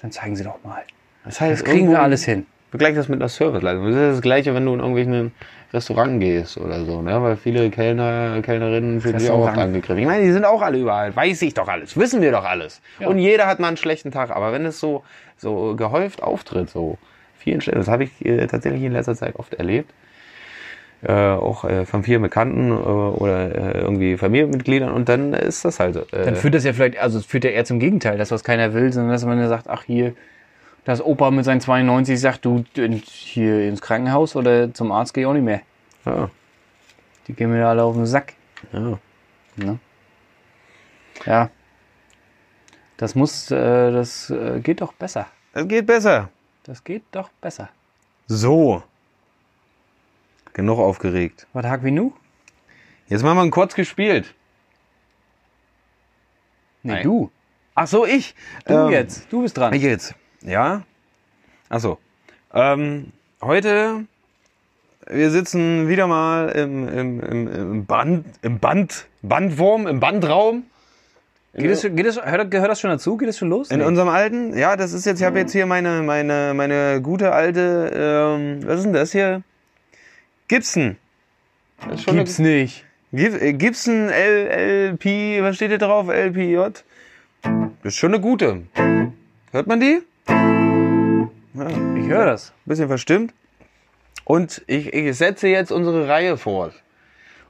Speaker 2: dann zeigen Sie doch mal.
Speaker 3: Das heißt,
Speaker 2: Das kriegen wir alles hin.
Speaker 3: Vergleich das mit einer Serviceleistung. Das ist das Gleiche, wenn du in irgendwelchen Restaurant gehst oder so, ne? Weil viele Kellner, Kellnerinnen fühlen sich auch oft
Speaker 2: Restaurant.
Speaker 3: angegriffen. Ich meine, die sind auch alle überall. Weiß ich doch alles. Wissen wir doch alles. Und jeder hat mal einen schlechten Tag. Aber wenn es so, so gehäuft auftritt, so vielen Stellen, das habe ich äh, tatsächlich in letzter Zeit oft erlebt. Äh, auch äh, von vielen Bekannten äh, oder äh, irgendwie Familienmitgliedern. Und dann ist das halt so. Äh,
Speaker 2: Dann führt das ja vielleicht, also es führt ja eher zum Gegenteil, das, was keiner will, sondern dass man ja sagt, ach hier, dass Opa mit seinen 92 sagt, du in- hier ins Krankenhaus oder zum Arzt geh ich auch nicht mehr.
Speaker 3: ja,
Speaker 2: Die gehen mir alle auf den Sack.
Speaker 3: ja.
Speaker 2: Ne? Ja. Das muss, äh, das äh, geht doch besser.
Speaker 3: Es geht besser.
Speaker 2: Das geht doch besser.
Speaker 3: So. Genug aufgeregt.
Speaker 2: Was hag wie nu?
Speaker 3: Jetzt machen wir ein kurz gespielt.
Speaker 2: Nee,
Speaker 3: Nein.
Speaker 2: du.
Speaker 3: Ach so, ich.
Speaker 2: Du
Speaker 3: Ähm,
Speaker 2: jetzt. Du bist dran.
Speaker 3: Ich jetzt. Ja. Ach so. Ähm, heute, wir sitzen wieder mal im, im, im, im Band, im Band, Bandwurm, im Bandraum.
Speaker 2: geht das, geht das, hört, gehört das schon dazu? Geht das schon los?
Speaker 3: In
Speaker 2: Nee.
Speaker 3: unserem alten, ja, das ist jetzt, ich habe jetzt hier meine, meine, meine gute alte, ähm, was ist denn das hier? Gibson. Das ist schon eine-
Speaker 2: Gibt's nicht.
Speaker 3: Gib- äh, Gibson L- LP, was steht hier drauf? LPJ. Ist schon eine gute. Hört man die?
Speaker 2: Ich höre das.
Speaker 3: bisschen verstimmt. Und ich, ich setze jetzt unsere Reihe fort.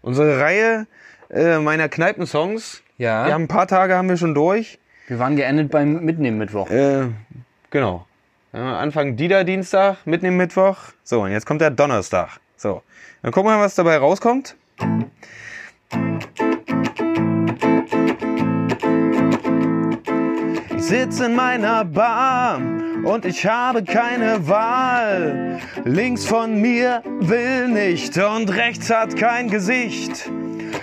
Speaker 3: Unsere Reihe äh, meiner Kneipensongs.
Speaker 2: Ja.
Speaker 3: Wir haben ein paar Tage haben wir schon durch.
Speaker 2: Wir waren geendet beim Mitnehmen Mittwoch.
Speaker 3: Äh, genau. Äh, Anfang Dieter Dienstag, mitten im Mittwoch. So, und jetzt kommt der Donnerstag. So. Dann gucken wir mal, was dabei rauskommt. Ich sitz in meiner Bar und ich habe keine Wahl. Links von mir will nicht und rechts hat kein Gesicht.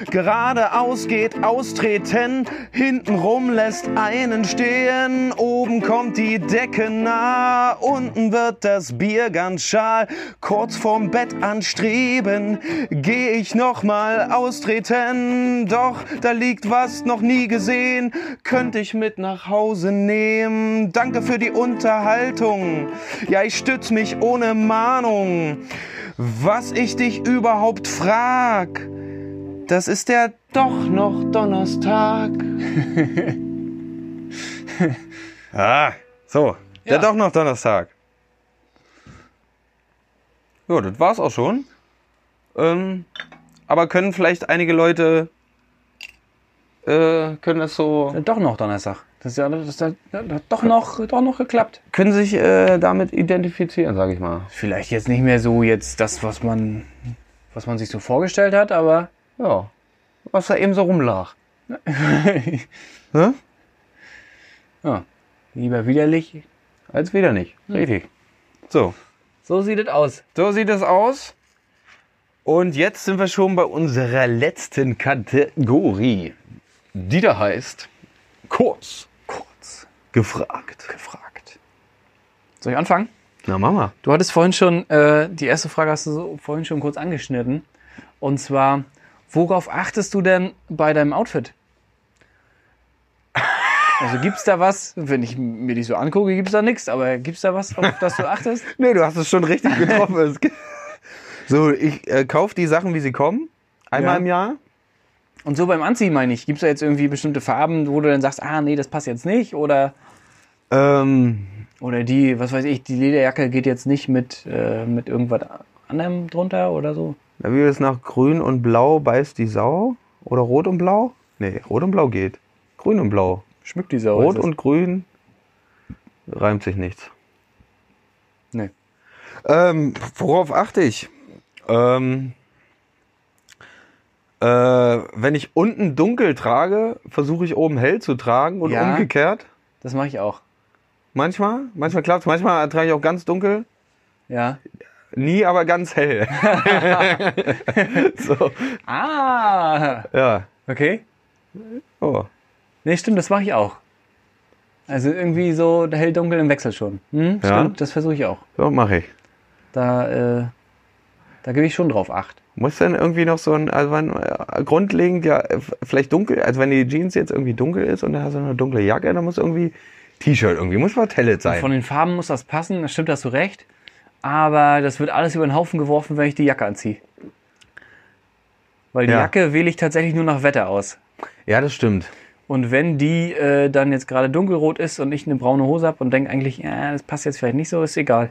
Speaker 1: Geradeaus geht austreten, hintenrum lässt einen stehen, oben kommt die Decke nah, unten wird das Bier ganz schal, kurz vorm Bett anstreben, geh ich nochmal austreten, doch da liegt was noch nie gesehen, könnte ich mit nach Hause nehmen, danke für die Unterhaltung, ja ich stütz mich ohne Mahnung, was ich dich überhaupt frag. Das ist ja doch noch Donnerstag. ah, so. Der doch noch Donnerstag. Ja, das war's auch schon. Ähm, aber können vielleicht einige Leute äh, können das so
Speaker 2: Doch noch Donnerstag. Das, ist ja, das, ist ja- das hat doch noch, doch noch geklappt.
Speaker 1: können sich äh, damit identifizieren, sage ich mal.
Speaker 2: Vielleicht jetzt nicht mehr so jetzt das, was man, was man sich so vorgestellt hat, aber
Speaker 1: Ja. Was da eben so rumlag. Ne?
Speaker 2: ja, lieber widerlich.
Speaker 1: Als wieder nicht. Richtig. So.
Speaker 2: So sieht es aus.
Speaker 1: So sieht es aus. Und jetzt sind wir schon bei unserer letzten Kategorie.
Speaker 3: Die da heißt Kurz.
Speaker 2: Kurz
Speaker 1: Gefragt.
Speaker 2: gefragt. Soll ich anfangen?
Speaker 1: Na, Mama.
Speaker 2: Du hattest vorhin schon, äh, die erste Frage hast du so vorhin schon kurz angeschnitten. Und zwar, worauf achtest du denn bei deinem Outfit? Also gibt's da was, wenn ich mir die so angucke, gibt's da nichts, aber gibt's da was, auf das du achtest?
Speaker 1: Nee, du hast es schon richtig getroffen. Es gibt- so, ich äh, kaufe die Sachen, wie sie kommen. Einmal
Speaker 2: Ja.
Speaker 1: im Jahr.
Speaker 2: Und so beim Anziehen meine ich, gibt's da jetzt irgendwie bestimmte Farben, wo du dann sagst, ah nee, das passt jetzt nicht oder
Speaker 1: Ähm,
Speaker 2: oder die, was weiß ich, die Lederjacke geht jetzt nicht mit äh, mit irgendwas anderem drunter oder so.
Speaker 1: na, wie wir es nach Grün und Blau beißt die Sau? Oder Rot und Blau? Nee, Rot und Blau geht. Grün und Blau.
Speaker 2: Schmückt die Sau.
Speaker 1: Rot
Speaker 2: ist es.
Speaker 1: und Grün reimt sich nichts.
Speaker 2: nee.
Speaker 1: Ähm, worauf achte ich? Ähm, äh, wenn ich unten dunkel trage, versuche ich oben hell zu tragen und
Speaker 2: Ja.
Speaker 1: umgekehrt.
Speaker 2: Das mache ich auch.
Speaker 1: Manchmal, manchmal klappt es, manchmal trage ich auch ganz dunkel,
Speaker 2: Ja.
Speaker 1: nie aber ganz
Speaker 2: <laughs>
Speaker 1: hell. <laughs> so,
Speaker 2: Ah.
Speaker 1: ja.
Speaker 2: Okay.
Speaker 1: Oh.
Speaker 2: Nee, stimmt, das mache ich auch. Also irgendwie so hell-dunkel im Wechsel schon. Hm?
Speaker 1: Ja.
Speaker 2: Stimmt, das versuche ich auch.
Speaker 1: So mache ich.
Speaker 2: Da, äh, da gebe ich schon drauf Acht.
Speaker 1: Muss dann irgendwie noch so ein, also wenn, äh, grundlegend ja, äh, vielleicht dunkel, also wenn die Jeans jetzt irgendwie dunkel ist und dann hast du noch eine dunkle Jacke, dann muss irgendwie T-Shirt irgendwie, muss was Helles sein.
Speaker 2: Von den Farben muss das passen, das stimmt, da hast du recht. Aber das wird alles über den Haufen geworfen, wenn ich die Jacke anziehe. Weil die
Speaker 1: Ja.
Speaker 2: Jacke wähle ich tatsächlich nur nach Wetter aus.
Speaker 1: Ja, das stimmt.
Speaker 2: Und wenn die äh, dann jetzt gerade dunkelrot ist und ich eine braune Hose habe und denke eigentlich, ja, das passt jetzt vielleicht nicht so, ist egal.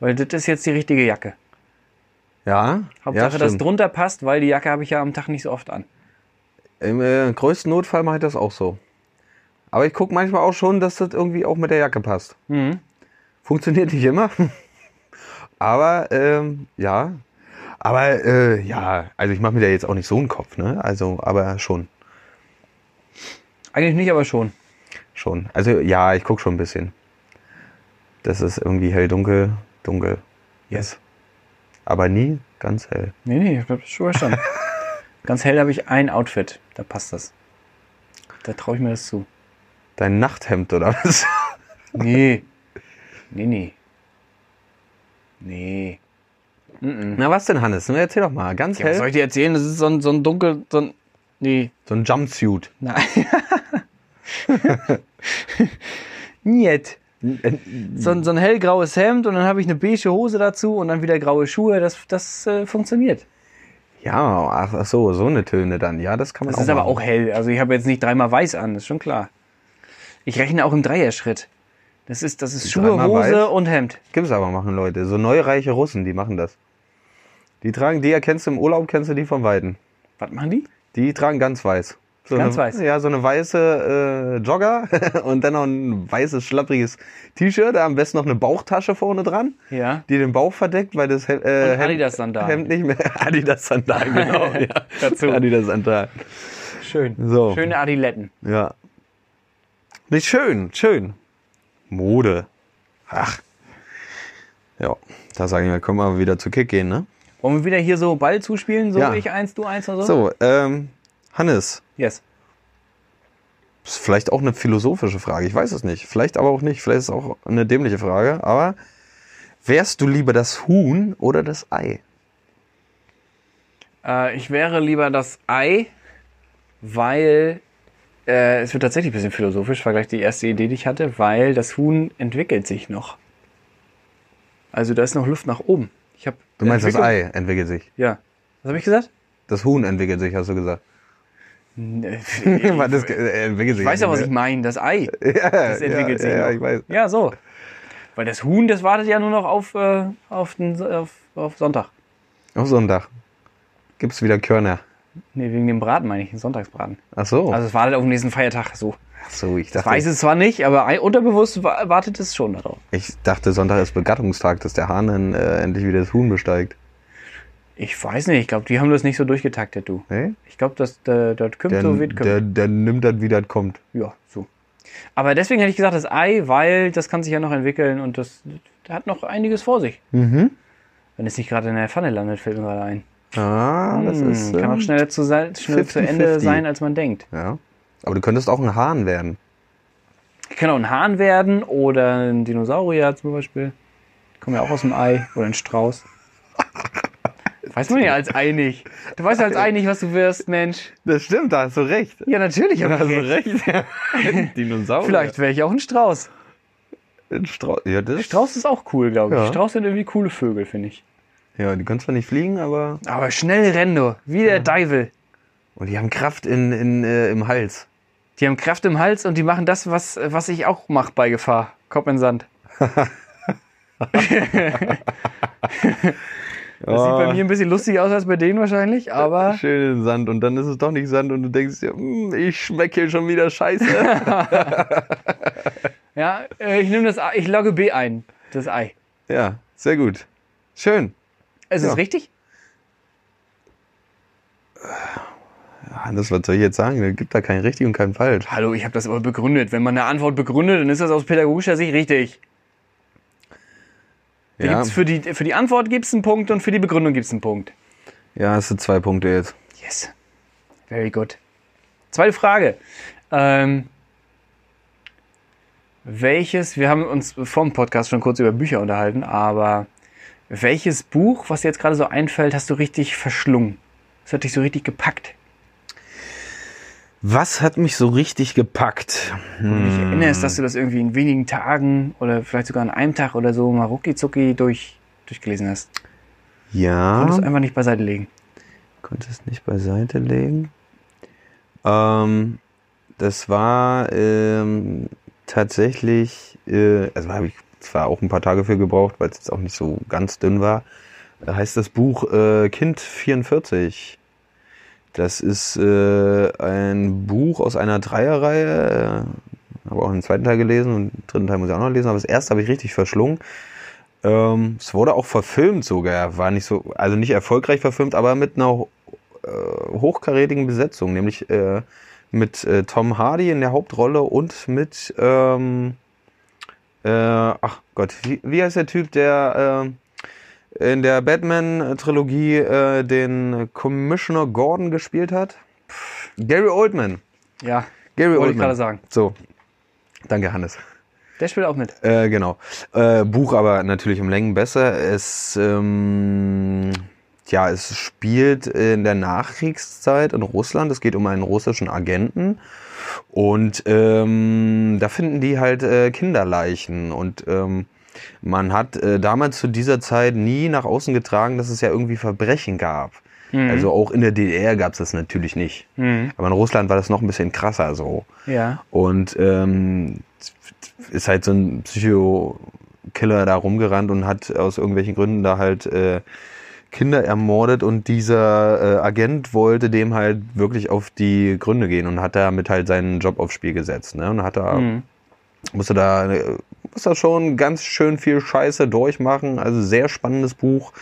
Speaker 2: Weil das ist jetzt die richtige Jacke.
Speaker 1: Ja, ja,
Speaker 2: Hauptsache, dass
Speaker 1: stimmt.
Speaker 2: drunter passt, weil die Jacke habe ich ja am Tag nicht so oft an.
Speaker 1: Im äh, größten Notfall mache ich das auch so. Aber ich gucke manchmal auch schon, dass das irgendwie auch mit der Jacke passt.
Speaker 2: Mhm.
Speaker 1: Funktioniert nicht immer. <laughs> Aber ähm, ja. Aber äh, ja, also ich mache mir da jetzt auch nicht so einen Kopf, ne? Also, aber schon.
Speaker 2: Eigentlich nicht, aber schon.
Speaker 1: Schon. Also ja, ich gucke schon ein bisschen. Das ist irgendwie hell, dunkel, dunkel.
Speaker 2: Yes.
Speaker 1: Aber nie ganz hell.
Speaker 2: Nee, nee, ich hab
Speaker 1: <laughs>
Speaker 2: schon verstanden. Ganz hell habe ich ein Outfit. Da passt das. Da traue ich mir das zu.
Speaker 1: Dein Nachthemd oder
Speaker 2: <laughs>
Speaker 1: was?
Speaker 2: Nee. Nee, nee. Nee.
Speaker 1: Na was denn, Hannes? Nun Erzähl doch mal. Ganz
Speaker 2: Ja, was soll
Speaker 1: hell.
Speaker 2: ich dir erzählen? Das ist so ein, so ein dunkel. So ein, nee.
Speaker 1: So ein Jumpsuit.
Speaker 2: Nein. <laughs> Niet. So ein, so ein hellgraues Hemd und dann habe ich eine beige Hose dazu und dann wieder graue Schuhe. Das, das äh, funktioniert.
Speaker 1: Ja, ach, ach so, so eine Töne dann. Ja, das kann man
Speaker 2: Das ist aber
Speaker 1: machen.
Speaker 2: auch hell. Also ich habe jetzt nicht dreimal weiß an, ist schon klar. Ich rechne auch im Dreierschritt. Das ist, das ist Schuhe,
Speaker 1: Dreimal
Speaker 2: Hose
Speaker 1: weiß?
Speaker 2: und Hemd.
Speaker 1: Gibt's aber machen Leute. So neureiche Russen, die machen das. Die tragen, die erkennst du im Urlaub, kennst du die von Weitem.
Speaker 2: Was machen die?
Speaker 1: Die tragen ganz weiß. So
Speaker 2: Ganz
Speaker 1: eine,
Speaker 2: weiß?
Speaker 1: Ja, so eine weiße äh, Jogger <laughs> und dann noch ein weißes, schlappriges T-Shirt, am besten noch eine Bauchtasche vorne dran,
Speaker 2: Ja.
Speaker 1: die den Bauch verdeckt, weil das He äh,
Speaker 2: Und Adidas-Sandalen.
Speaker 1: Hemd nicht mehr. <laughs> Adidas-Sandalen,
Speaker 2: <laughs>
Speaker 1: genau. ja.
Speaker 2: Dazu.
Speaker 1: Adidas-Sandalen.
Speaker 2: Schön.
Speaker 1: So.
Speaker 2: Schöne Adiletten.
Speaker 1: Ja. Nicht schön, schön. Mode. Ach. Ja, da sagen wir, können wir wieder zu Kick gehen, ne?
Speaker 2: Wollen wir wieder hier so Ball zuspielen? So
Speaker 1: Ja.
Speaker 2: ich eins, du eins und so?
Speaker 1: So, ähm, Hannes,
Speaker 2: Yes.
Speaker 1: ist vielleicht auch eine philosophische Frage, ich weiß es nicht. Vielleicht aber auch nicht, vielleicht ist es auch eine dämliche Frage, aber wärst du lieber das Huhn oder das Ei?
Speaker 2: Äh, ich wäre lieber das Ei, weil äh, es wird tatsächlich ein bisschen philosophisch, vergleich die erste Idee, die ich hatte, weil das Huhn entwickelt sich noch. Also da ist noch Luft nach oben. Ich hab
Speaker 1: Du meinst, das
Speaker 2: Entwicklung-
Speaker 1: Ei entwickelt sich.
Speaker 2: Ja. Was habe ich gesagt?
Speaker 1: Das Huhn entwickelt sich, hast du gesagt.
Speaker 2: Nee,
Speaker 1: <laughs> Weil das, äh, entwickelt sich
Speaker 2: Ich weiß ja, was ich
Speaker 1: nicht
Speaker 2: meine, das Ei.
Speaker 1: mehr. <laughs> ja,
Speaker 2: Das
Speaker 1: ja,
Speaker 2: entwickelt sich
Speaker 1: Ja,
Speaker 2: noch.
Speaker 1: ich weiß.
Speaker 2: Ja, so. Weil das Huhn, das wartet ja nur noch auf, äh, auf, den, So- auf, auf Sonntag.
Speaker 1: Auf Sonntag gibt's wieder Körner.
Speaker 2: Nee, wegen dem Braten meine ich, den Sonntagsbraten.
Speaker 1: Ach so.
Speaker 2: Also es wartet auf den nächsten Feiertag, so.
Speaker 1: Oh. Ach so, ich
Speaker 2: Ich weiß
Speaker 1: dachte,
Speaker 2: es zwar nicht, aber ein- unterbewusst wa- wartet es schon darauf.
Speaker 1: ich dachte, Sonntag ist Begattungstag, dass der Hahn dann äh, endlich wieder das Huhn besteigt.
Speaker 2: Ich weiß nicht, ich glaube, die haben das nicht so durchgetaktet, du.
Speaker 1: Nee?
Speaker 2: Ich glaube, dass der, dort kommt
Speaker 1: Der,
Speaker 2: so wird
Speaker 1: der,
Speaker 2: kommt.
Speaker 1: der nimmt das, wie das kommt.
Speaker 2: Ja, so. Aber deswegen hätte ich gesagt, das Ei, weil das kann sich ja noch entwickeln und das, das hat noch einiges vor sich.
Speaker 1: Mhm.
Speaker 2: Wenn es nicht gerade in der Pfanne landet, fällt mir gerade ein.
Speaker 1: Ah, das
Speaker 2: Hm,
Speaker 1: ist. ähm,
Speaker 2: kann auch schneller zu, sein, schnell zu
Speaker 1: 50-50.
Speaker 2: Ende sein, als man denkt.
Speaker 1: Ja. Aber du könntest auch ein Hahn werden.
Speaker 2: Ich kann auch ein Hahn werden oder ein Dinosaurier zum Beispiel. Kommen ja auch aus dem Ei oder
Speaker 1: <laughs>
Speaker 2: ein Strauß. Weiß man ja als Ei nicht. Du weißt als Ei nicht, was du wirst, Mensch.
Speaker 1: Das stimmt, da hast du recht.
Speaker 2: Ja, natürlich
Speaker 1: Da
Speaker 2: hab
Speaker 1: hast
Speaker 2: ich
Speaker 1: du
Speaker 2: recht.
Speaker 1: recht. Dinosaurier.
Speaker 2: Vielleicht wäre ich auch ein Strauß.
Speaker 1: Ein Strauß. Ja, das
Speaker 2: Strauß ist auch cool, glaube ich.
Speaker 1: Ja.
Speaker 2: Strauß sind irgendwie coole Vögel, finde ich.
Speaker 1: Ja, die können zwar nicht fliegen, aber.
Speaker 2: Aber schnell rennen du, wie der Deivel.
Speaker 1: Und die haben Kraft in, in, äh, im Hals.
Speaker 2: Die haben Kraft im Hals und die machen das, was, was ich auch mache bei Gefahr. Kopf in
Speaker 1: <laughs>
Speaker 2: den Sand. Das sieht
Speaker 1: Oh.
Speaker 2: bei mir ein bisschen lustiger aus als bei denen wahrscheinlich, aber
Speaker 1: Schön in den Sand und dann ist es doch nicht Sand und du denkst dir, "Hm, ich schmecke hier schon wieder <laughs> scheiße.
Speaker 2: ja, äh, ich nehme das Ei, ich logge B ein, das Ei.
Speaker 1: ja, sehr gut. Schön.
Speaker 2: Ist
Speaker 1: Ja.
Speaker 2: es richtig?
Speaker 1: Ja, das, was soll ich jetzt sagen? Da gibt da keinen richtig und keinen falsch.
Speaker 2: Hallo, ich habe das aber begründet. Wenn man eine Antwort begründet, dann ist das aus pädagogischer Sicht richtig. Da
Speaker 1: Ja,
Speaker 2: gibt's für, die, für die Antwort gibt es einen Punkt und für die Begründung gibt es einen Punkt.
Speaker 1: ja hast du zwei Punkte jetzt.
Speaker 2: Yes. Very good. Zweite Frage. Ähm, welches, wir haben uns vor dem Podcast schon kurz über Bücher unterhalten, aber welches Buch, was dir jetzt gerade so einfällt, hast du richtig verschlungen? Das hat dich so richtig gepackt.
Speaker 1: Was hat mich so richtig gepackt?
Speaker 2: Und dich erinnerst, dass du das irgendwie in wenigen Tagen oder vielleicht sogar an einem Tag oder so mal rucki-zucki durch, durchgelesen hast.
Speaker 1: Ja. Ah.
Speaker 2: Und es einfach nicht beiseite legen.
Speaker 1: konnte es nicht beiseite legen. Ähm, das war ähm, tatsächlich, äh, also habe ich zwar auch ein paar Tage für gebraucht, weil es jetzt auch nicht so ganz dünn war. Da heißt das Buch äh, Kind 44. Das ist äh, ein Buch aus einer Dreierreihe. Äh, habe auch den zweiten Teil gelesen und den dritten Teil muss ich auch noch lesen, aber das erste habe ich richtig verschlungen. Ähm, es wurde auch verfilmt sogar, war nicht so, also nicht erfolgreich verfilmt, aber mit einer äh, hochkarätigen Besetzung, nämlich äh, mit äh, Tom Hardy in der Hauptrolle und mit, ähm, äh, ach Gott, wie, wie heißt der Typ, der äh, in der Batman-Trilogie äh, den Commissioner Gordon gespielt hat? Gary Oldman.
Speaker 2: Ja,
Speaker 1: Gary
Speaker 2: wollte ich
Speaker 1: Oldman.
Speaker 2: gerade sagen.
Speaker 1: So, danke Hannes.
Speaker 2: Der spielt auch mit.
Speaker 1: Äh, genau. Äh, Buch aber natürlich um Längen besser. Es, ähm, ja, es spielt in der Nachkriegszeit in Russland. Es geht um einen russischen Agenten. Und ähm, da finden die halt äh, Kinderleichen. Und ähm, man hat äh, damals zu dieser Zeit nie nach außen getragen, dass es ja irgendwie Verbrechen gab. Also auch in der DDR gab es das natürlich nicht.
Speaker 2: Mhm.
Speaker 1: Aber in Russland war das noch ein bisschen krasser so.
Speaker 2: Ja.
Speaker 1: Und ähm, ist halt so ein Psycho-Killer da rumgerannt und hat aus irgendwelchen Gründen da halt äh, Kinder ermordet und dieser äh, Agent wollte dem halt wirklich auf die Gründe gehen und hat damit halt seinen Job aufs Spiel gesetzt. Ne? Und hat da,
Speaker 2: Mhm.
Speaker 1: musste da, äh, musste da schon ganz schön viel Scheiße durchmachen. Also sehr spannendes Buch,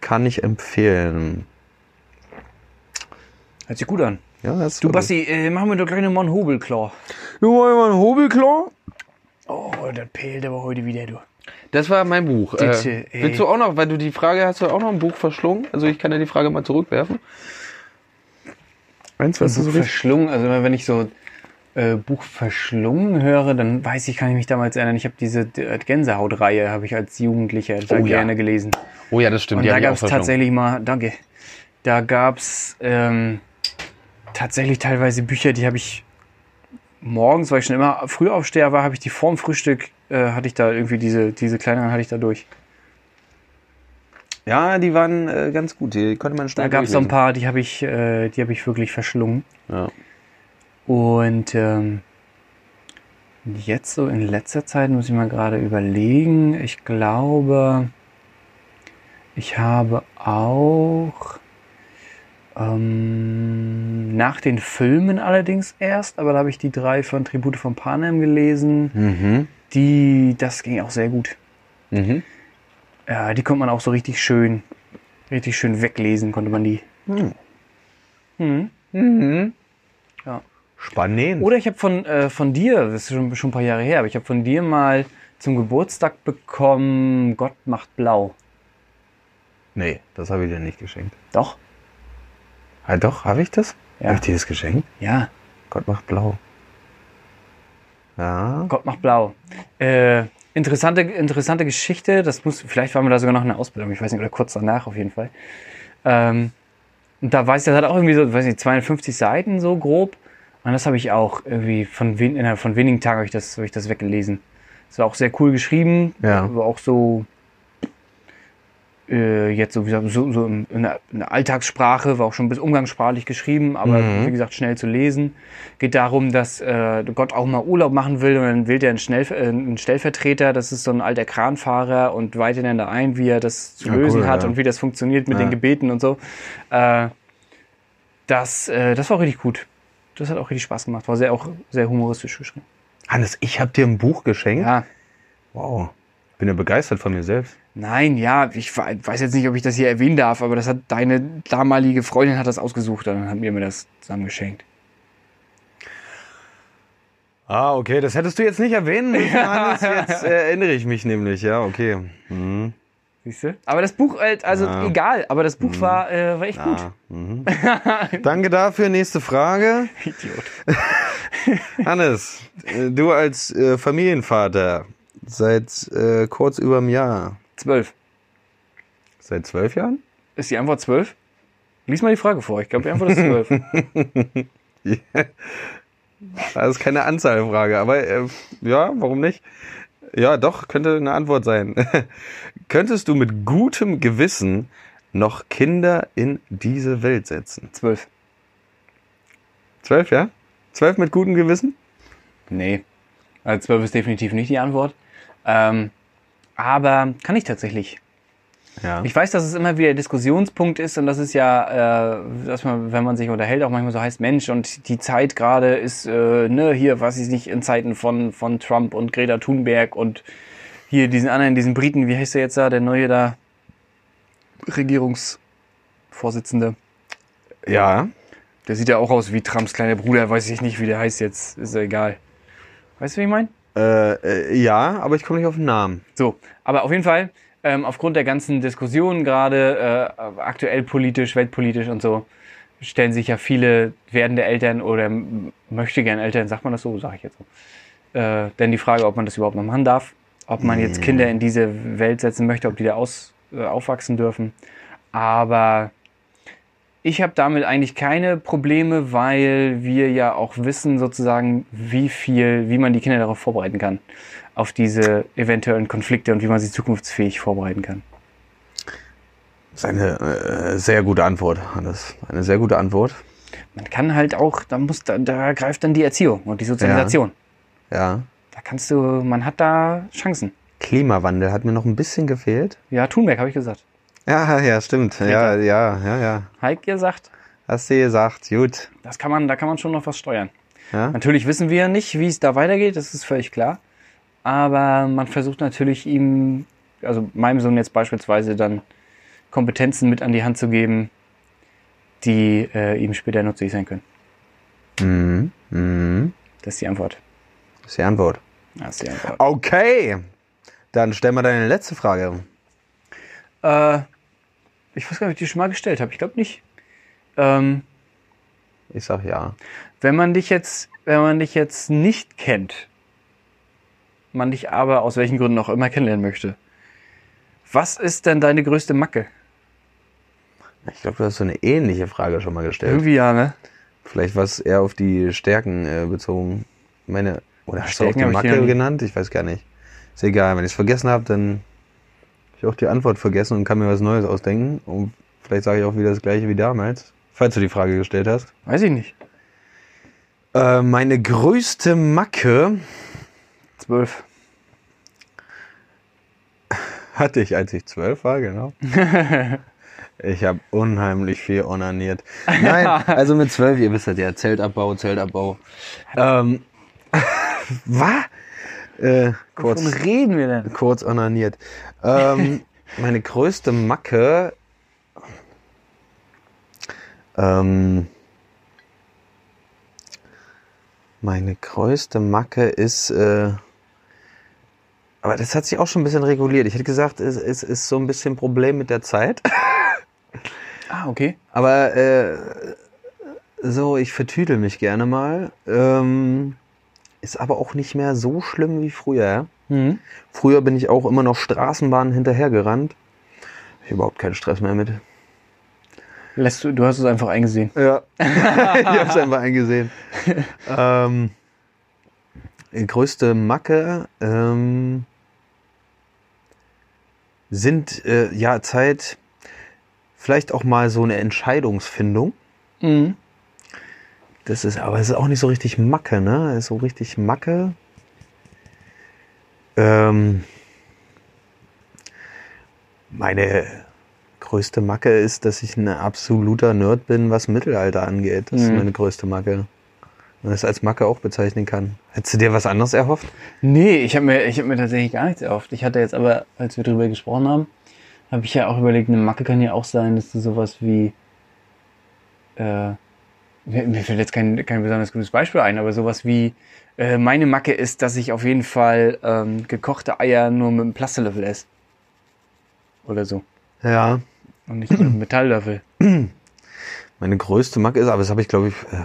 Speaker 1: kann ich empfehlen.
Speaker 2: Hört sich gut an.
Speaker 1: Ja, das
Speaker 2: Du, Basti, äh, machen wir doch gleich nochmal einen Hobelklaw.
Speaker 1: du wollen mal einen Hobelklo?
Speaker 2: Oh, das peilt aber heute wieder, du.
Speaker 3: Das war mein Buch.
Speaker 2: Bitte,
Speaker 3: äh,
Speaker 2: ey.
Speaker 3: willst du auch noch, weil du die Frage hast, du auch noch ein Buch verschlungen? Also ich kann ja die Frage mal zurückwerfen. Eins, was du so richtig?
Speaker 2: Verschlungen, also immer wenn ich so äh, Buch verschlungen höre, dann weiß ich, kann ich mich damals erinnern. Ich habe diese äh, Gänsehaut-Reihe, habe ich als Jugendlicher sehr
Speaker 3: Oh ja.
Speaker 2: gerne gelesen.
Speaker 3: Oh ja, das stimmt.
Speaker 2: Und
Speaker 3: die
Speaker 2: da
Speaker 3: hab ich auch
Speaker 2: gab es
Speaker 3: verschlungen.
Speaker 2: tatsächlich mal, danke, da gab es ähm, tatsächlich teilweise Bücher, die habe ich morgens, weil ich schon immer Frühaufsteher war, habe ich die vorm Frühstück, äh, hatte ich da irgendwie diese, diese kleineren, hatte ich da durch.
Speaker 1: Ja, die waren äh, ganz gut. Die konnte man
Speaker 2: Da
Speaker 1: schnell
Speaker 2: gab es so ein
Speaker 1: durchlesen.
Speaker 2: paar, die habe ich, äh, die habe ich wirklich verschlungen.
Speaker 1: Ja.
Speaker 2: Und ähm, jetzt so in letzter Zeit muss ich mal gerade überlegen. Ich glaube, ich habe auch ähm, nach den Filmen allerdings erst, aber da habe ich die drei von Tribute von Panem gelesen.
Speaker 1: Mhm.
Speaker 2: Die, das ging auch sehr gut.
Speaker 1: Mhm.
Speaker 2: Ja, die konnte man auch so richtig schön, richtig schön weglesen, konnte man die. Mhm.
Speaker 1: Spannend.
Speaker 2: Oder ich habe von, äh, von dir, das ist schon, schon ein paar Jahre her, aber ich habe von dir mal zum Geburtstag bekommen, Gott macht blau.
Speaker 1: Nee, das habe ich dir nicht geschenkt.
Speaker 2: Doch?
Speaker 1: Ah, doch, habe ich das?
Speaker 2: Ja.
Speaker 1: Habe ich dir das geschenkt?
Speaker 2: Ja,
Speaker 1: Gott macht blau. Ja.
Speaker 2: Gott macht blau. Äh, interessante, interessante Geschichte, das muss, vielleicht waren wir da sogar noch in der Ausbildung, ich weiß nicht, oder kurz danach auf jeden Fall. Ähm, und da weiß ich, das hat auch irgendwie so, weiß nicht, 52 Seiten so grob. Und das habe ich auch irgendwie von, wen, innerhalb von wenigen Tagen habe ich, das- habe ich das weggelesen. Das war auch sehr cool geschrieben,
Speaker 1: Ja.
Speaker 2: aber auch so äh, jetzt so, wie gesagt, so, so in, in, der, in der Alltagssprache, war auch schon ein bisschen umgangssprachlich geschrieben, aber
Speaker 1: Mhm.
Speaker 2: wie gesagt schnell zu lesen. Geht darum, dass äh, Gott auch mal Urlaub machen will und dann wählt er einen, Schnell, äh, einen Stellvertreter, das ist so ein alter Kranfahrer und weiht ihn dann da ein, wie er das zu
Speaker 1: Ja,
Speaker 2: lösen
Speaker 1: cool,
Speaker 2: hat
Speaker 1: ja.
Speaker 2: und wie das funktioniert mit
Speaker 1: Ja.
Speaker 2: den Gebeten und so. Äh, das, äh, das war auch richtig gut. Das hat auch richtig Spaß gemacht. War sehr, auch sehr humoristisch geschrieben.
Speaker 1: Hannes, ich habe dir ein Buch geschenkt.
Speaker 2: Ja.
Speaker 1: Wow. Bin ja begeistert von mir selbst.
Speaker 2: Nein, ja, ich we- weiß jetzt nicht, ob ich das hier erwähnen darf, aber das hat deine damalige Freundin hat das ausgesucht und dann hat mir mir das zusammen geschenkt.
Speaker 1: Ah, okay, das hättest du jetzt nicht erwähnen müssen, <laughs> Hannes. Jetzt äh, erinnere ich mich nämlich, ja, okay. Mhm.
Speaker 2: Siehst du? Aber das Buch, äh, also
Speaker 1: Ja.
Speaker 2: egal, aber das Buch war, äh, war echt
Speaker 1: Ah, mhm. Danke dafür. Nächste Frage.
Speaker 2: gut. <laughs> Idiot.
Speaker 1: Hannes, äh, du als äh, Familienvater seit äh, kurz über einem Jahr.
Speaker 2: Zwölf.
Speaker 1: Seit zwölf Jahren?
Speaker 2: Ist die Antwort zwölf? Lies mal die Frage vor. Ich glaube, die Antwort ist zwölf.
Speaker 1: Ah, Das ist keine Anzahlfrage, aber äh, ja, warum nicht? Ja, doch, könnte eine Antwort sein. <laughs> Könntest du mit gutem Gewissen noch Kinder in diese Welt setzen?
Speaker 2: zwölf.
Speaker 1: Zwölf, ja? Zwölf mit gutem Gewissen?
Speaker 2: Nee. Also 12 ist definitiv nicht die Antwort. Ähm, aber kann ich tatsächlich.
Speaker 1: Ja.
Speaker 2: Ich weiß, dass es immer wieder Diskussionspunkt ist und das ist ja, äh, dass man, wenn man sich unterhält, auch manchmal so heißt, Mensch, und die Zeit gerade ist, äh, ne, hier, weiß ich nicht, in Zeiten von, von Trump und Greta Thunberg und hier diesen anderen, diesen Briten, wie heißt der jetzt da, der neue da, Regierungsvorsitzende.
Speaker 1: Ja.
Speaker 2: Der sieht ja auch aus wie Trumps kleiner Bruder, weiß ich nicht, wie der heißt jetzt, ist ja egal. Weißt du, wie ich meine?
Speaker 1: Äh, äh, ja, aber ich komme nicht auf den Namen.
Speaker 2: So, aber auf jeden Fall, ähm, aufgrund der ganzen Diskussionen gerade, äh, aktuell politisch, weltpolitisch und so, stellen sich ja viele werdende Eltern oder m- möchte gern Eltern, sagt man das so, sage ich jetzt so, äh, denn die Frage, ob man das überhaupt noch machen darf, ob man jetzt Kinder in diese Welt setzen möchte, ob die da aus, äh, aufwachsen dürfen. Aber ich habe damit eigentlich keine Probleme, weil wir ja auch wissen sozusagen, wie viel, wie man die Kinder darauf vorbereiten kann, auf diese eventuellen Konflikte und wie man sie zukunftsfähig vorbereiten kann.
Speaker 1: Das ist eine äh, sehr gute Antwort, Hannes. Eine sehr gute Antwort.
Speaker 2: Man kann halt auch, da muss, da, da greift dann die Erziehung und die Sozialisation.
Speaker 1: Ja.
Speaker 2: Da kannst du, man hat da Chancen.
Speaker 1: Klimawandel hat mir noch ein bisschen gefehlt.
Speaker 2: Ja, Thunberg habe ich gesagt.
Speaker 1: Ja, ja, stimmt. Ja, ja, ja, ja.
Speaker 2: Heik, ihr sagt,
Speaker 1: Hast du gesagt, gut.
Speaker 2: das kann man, da kann man schon noch was steuern.
Speaker 1: Ja?
Speaker 2: Natürlich wissen wir nicht, wie es da weitergeht, das ist völlig klar. Aber man versucht natürlich ihm, also meinem Sohn jetzt beispielsweise, dann Kompetenzen mit an die Hand zu geben, die äh, ihm später nützlich sein können.
Speaker 1: Mhm. Mhm.
Speaker 2: Das ist die Antwort.
Speaker 1: Das ist die Antwort.
Speaker 2: Das ist die Antwort.
Speaker 1: Okay. Dann stell mal deine letzte Frage.
Speaker 2: Äh, ich weiß gar nicht, ob ich die schon mal gestellt habe. Ich glaube nicht. Ähm,
Speaker 1: Ich sag ja.
Speaker 2: wenn man dich jetzt, wenn man dich jetzt nicht kennt, man dich aber aus welchen Gründen auch immer kennenlernen möchte, was ist denn deine größte Macke?
Speaker 1: Ich glaube, du hast so eine ähnliche Frage schon mal gestellt.
Speaker 2: Irgendwie ja, ne?
Speaker 1: Vielleicht war es eher auf die Stärken äh, bezogen. Meine, oder hast
Speaker 2: Stärken
Speaker 1: du auch
Speaker 2: hab
Speaker 1: die Macke
Speaker 2: ich hier noch nie-
Speaker 1: genannt? Ich weiß gar nicht. Ist egal, wenn ich es vergessen habe, dann habe ich auch die Antwort vergessen und kann mir was Neues ausdenken. Und vielleicht sage ich auch wieder das gleiche wie damals, falls du die Frage gestellt hast.
Speaker 2: Weiß ich nicht.
Speaker 1: Äh, meine größte Macke
Speaker 2: Zwölf.
Speaker 1: hatte ich, als ich zwölf war, genau. Ich habe unheimlich viel onaniert. Nein, also mit zwölf, ihr wisst das ja, Zeltabbau, Zeltabbau. Ähm, <laughs> was? Äh, kurz.
Speaker 2: Wovon reden wir denn?
Speaker 1: kurz onaniert. Ähm, meine größte Macke. Ähm, meine größte Macke ist. Äh, aber das hat sich auch schon ein bisschen reguliert. Ich hätte gesagt, es, es ist so ein bisschen ein Problem mit der Zeit. <laughs>
Speaker 2: Ah, okay.
Speaker 1: Aber äh, so, ich vertüdel mich gerne mal. Ähm, ist aber auch nicht mehr so schlimm wie früher. Ja?
Speaker 2: Mhm.
Speaker 1: Früher bin ich auch immer noch Straßenbahnen hinterhergerannt. Hab Ich überhaupt keinen Stress mehr mit.
Speaker 2: Lässt du, du hast es einfach eingesehen.
Speaker 1: Ja. <laughs> ich hab's einfach eingesehen. ähm, die größte Macke ähm, sind äh, ja Zeit, vielleicht auch mal so eine Entscheidungsfindung.
Speaker 2: Mhm.
Speaker 1: Das ist aber es ist auch nicht so richtig Macke, ne? Ist so richtig Macke. Ähm, meine größte Macke ist, dass ich ein absoluter Nerd bin, was Mittelalter angeht. Das ist
Speaker 2: Mhm.
Speaker 1: meine größte Macke. Man das als Macke auch bezeichnen kann. Hättest du dir was anderes erhofft?
Speaker 2: Nee, ich habe mir, ich hab mir tatsächlich gar nichts erhofft. Ich hatte jetzt aber, als wir drüber gesprochen haben, habe ich ja auch überlegt, eine Macke kann ja auch sein, dass du sowas wie. Äh, mir, mir fällt jetzt kein, kein besonders gutes Beispiel ein, aber sowas wie. Äh, meine Macke ist, dass ich auf jeden Fall ähm, gekochte Eier nur mit einem Plastiklöffel esse. Oder so.
Speaker 1: Ja.
Speaker 2: Und nicht mit einem Metalllöffel.
Speaker 1: Meine größte Macke ist, aber das habe ich, glaube ich, äh,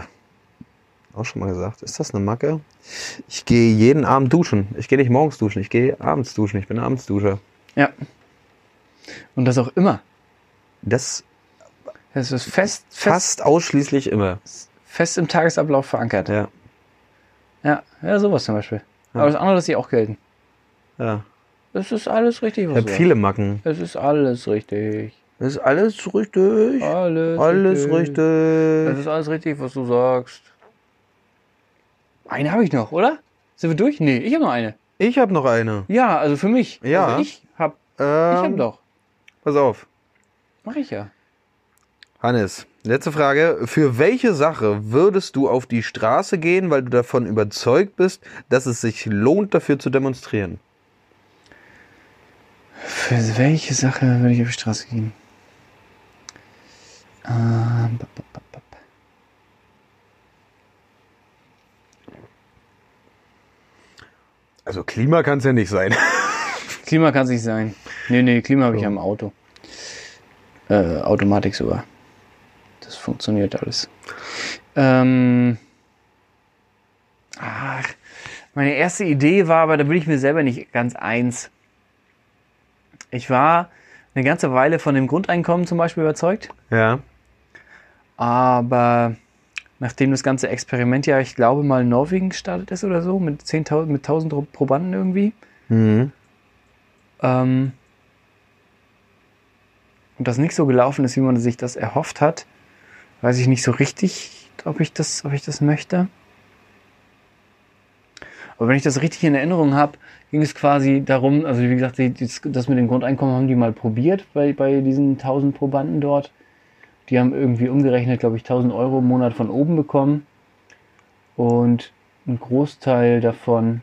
Speaker 1: auch schon mal gesagt. Ist das eine Macke? Ich gehe jeden Abend duschen. Ich gehe nicht morgens duschen, ich gehe abends duschen. Ich bin Abendsduscher.
Speaker 2: Ja. Und das auch immer.
Speaker 1: Das
Speaker 2: Das ist fest, fest,
Speaker 1: Fast ausschließlich immer.
Speaker 2: fest im Tagesablauf verankert.
Speaker 1: Ja.
Speaker 2: Ja, ja sowas zum Beispiel. Aber das andere lasse ich auch gelten.
Speaker 1: ja.
Speaker 2: Es ist alles richtig,
Speaker 1: Ich
Speaker 2: was
Speaker 1: habe
Speaker 2: du
Speaker 1: viele Macken.
Speaker 2: sagst. Es ist alles richtig.
Speaker 1: Das ist alles richtig.
Speaker 2: Alles,
Speaker 1: Alles
Speaker 2: Es
Speaker 1: richtig.
Speaker 2: ist alles richtig, was du sagst. Eine habe ich noch, oder? Sind wir durch? Nee, ich habe noch eine.
Speaker 1: Ich habe noch eine.
Speaker 2: Ja, also für mich.
Speaker 1: Ja.
Speaker 2: Also ich habe ich
Speaker 1: Ähm,
Speaker 2: hab doch.
Speaker 1: Pass auf.
Speaker 2: Mach ich ja.
Speaker 1: Hannes, letzte Frage. Für welche Sache würdest du auf die Straße gehen, weil du davon überzeugt bist, dass es sich lohnt, dafür zu demonstrieren?
Speaker 2: Für welche Sache würde ich auf die Straße gehen? Ähm, bap, bap, bap, bap.
Speaker 1: Also Klima kann es ja nicht sein. <laughs>
Speaker 2: Klima kann es nicht sein. Nee, nee, Klima habe ich ja im Auto. Äh, Automatik sogar. Das funktioniert alles. Ähm, ach, meine erste Idee war, aber da bin ich mir selber nicht ganz eins. Ich war eine ganze Weile von dem Grundeinkommen zum Beispiel überzeugt,
Speaker 1: Ja.
Speaker 2: aber nachdem das ganze Experiment ja, ich glaube mal in Norwegen gestartet ist oder so, mit 10.000 mit 1000 Probanden irgendwie,
Speaker 1: Mhm.
Speaker 2: ähm, und das nicht so gelaufen ist, wie man sich das erhofft hat, weiß ich nicht so richtig, ob ich das, ob ich das möchte. Aber wenn ich das richtig in Erinnerung habe, ging es quasi darum, also wie gesagt, die, das, das mit dem Grundeinkommen haben die mal probiert bei, bei diesen 1000 Probanden dort. Die haben irgendwie umgerechnet, glaube ich, 1000 Euro im Monat von oben bekommen. Und ein Großteil davon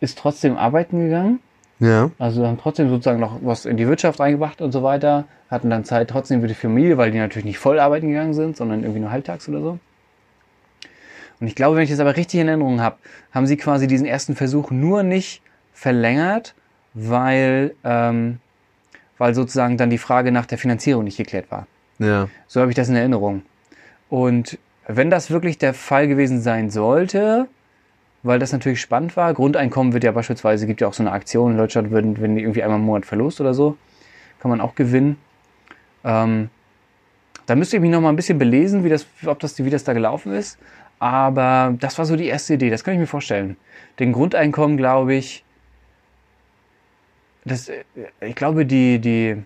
Speaker 2: ist trotzdem arbeiten gegangen.
Speaker 1: Ja.
Speaker 2: Also haben trotzdem sozusagen noch was in die Wirtschaft eingebracht und so weiter, hatten dann Zeit trotzdem für die Familie, weil die natürlich nicht voll arbeiten gegangen sind, sondern irgendwie nur halbtags oder so. Und ich glaube, wenn ich das aber richtig in Erinnerung habe, haben sie quasi diesen ersten Versuch nur nicht verlängert, weil, ähm, weil sozusagen dann die Frage nach der Finanzierung nicht geklärt war.
Speaker 1: Ja.
Speaker 2: So habe ich das in Erinnerung. Und wenn das wirklich der Fall gewesen sein sollte, weil das natürlich spannend war, Grundeinkommen wird ja beispielsweise, gibt ja auch so eine Aktion in Deutschland, wenn, wenn die irgendwie einmal im Monat verlost oder so, kann man auch gewinnen. Ähm, da müsste ich mich noch mal ein bisschen belesen, wie das, ob das, wie das da gelaufen ist. Aber das war so die erste Idee, das kann ich mir vorstellen. Den Grundeinkommen, glaube ich, das, äh, ich glaube, die, die,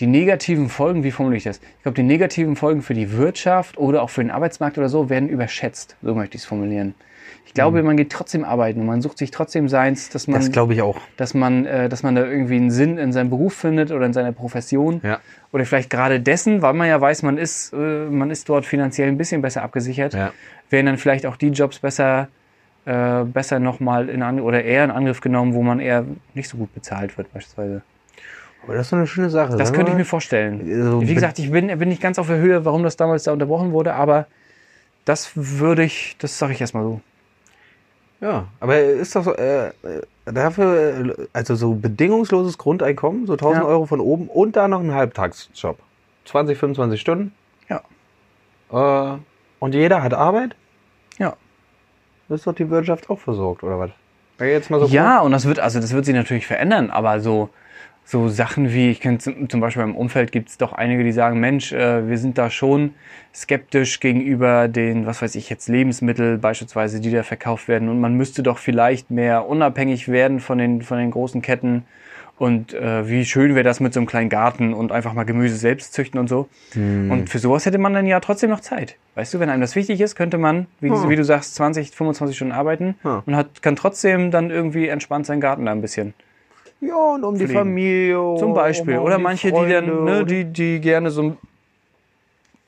Speaker 2: die negativen Folgen, wie formuliere ich das? Ich glaube, die negativen Folgen für die Wirtschaft oder auch für den Arbeitsmarkt oder so werden überschätzt. So möchte ich es formulieren. Ich glaube, man geht trotzdem arbeiten und man sucht sich trotzdem seins, dass man,
Speaker 1: Das glaube ich auch.
Speaker 2: dass man, äh, dass man da irgendwie einen Sinn in seinem Beruf findet oder in seiner Profession.
Speaker 3: Ja.
Speaker 2: Oder vielleicht gerade dessen, weil man ja weiß, man ist, äh, man ist dort finanziell ein bisschen besser abgesichert,
Speaker 3: Ja.
Speaker 2: werden dann vielleicht auch die Jobs besser, äh, besser nochmal in An oder eher in Angriff genommen, wo man eher nicht so gut bezahlt wird, beispielsweise.
Speaker 1: Aber das ist eine schöne Sache.
Speaker 2: Das
Speaker 1: sag
Speaker 2: könnte ich
Speaker 1: mal.
Speaker 2: mir vorstellen.
Speaker 1: Also,
Speaker 2: Wie gesagt, ich bin, bin nicht ganz auf der Höhe, warum das damals da unterbrochen wurde, aber das würde ich, das sage ich erstmal so.
Speaker 1: Ja, aber ist doch so, äh, äh, dafür, äh, also so bedingungsloses Grundeinkommen, so 1000
Speaker 2: Ja.
Speaker 1: Euro von oben und da noch ein Halbtagsjob. 20, 25 Stunden.
Speaker 2: Ja.
Speaker 1: Äh, und jeder hat Arbeit?
Speaker 2: Ja.
Speaker 1: Ist doch die Wirtschaft auch versorgt, oder was? Ja, Jetzt mal so
Speaker 2: Ja, und das wird, also das wird sich natürlich verändern, aber so, so Sachen wie, ich kenne zum zum Beispiel im Umfeld gibt es doch einige, die sagen, Mensch, äh, wir sind da schon skeptisch gegenüber den, was weiß ich jetzt, Lebensmittel beispielsweise, die da verkauft werden und man müsste doch vielleicht mehr unabhängig werden von den, von den großen Ketten und äh, wie schön wäre das mit so einem kleinen Garten und einfach mal Gemüse selbst züchten und so.
Speaker 1: Hm.
Speaker 2: Und für sowas hätte man dann ja trotzdem noch Zeit. Weißt du, wenn einem das wichtig ist, könnte man, wie,
Speaker 1: Ja.
Speaker 2: wie du sagst, 20, 25 Stunden arbeiten
Speaker 1: Ja.
Speaker 2: und hat, kann trotzdem dann irgendwie entspannt seinen Garten da ein bisschen.
Speaker 1: Ja, und um die
Speaker 2: Pflegen.
Speaker 1: Familie.
Speaker 2: Zum Beispiel.
Speaker 1: um, um
Speaker 2: oder
Speaker 1: die
Speaker 2: manche, die
Speaker 1: Freunde
Speaker 2: dann, ne,
Speaker 1: oder-
Speaker 2: die, die gerne so, ein-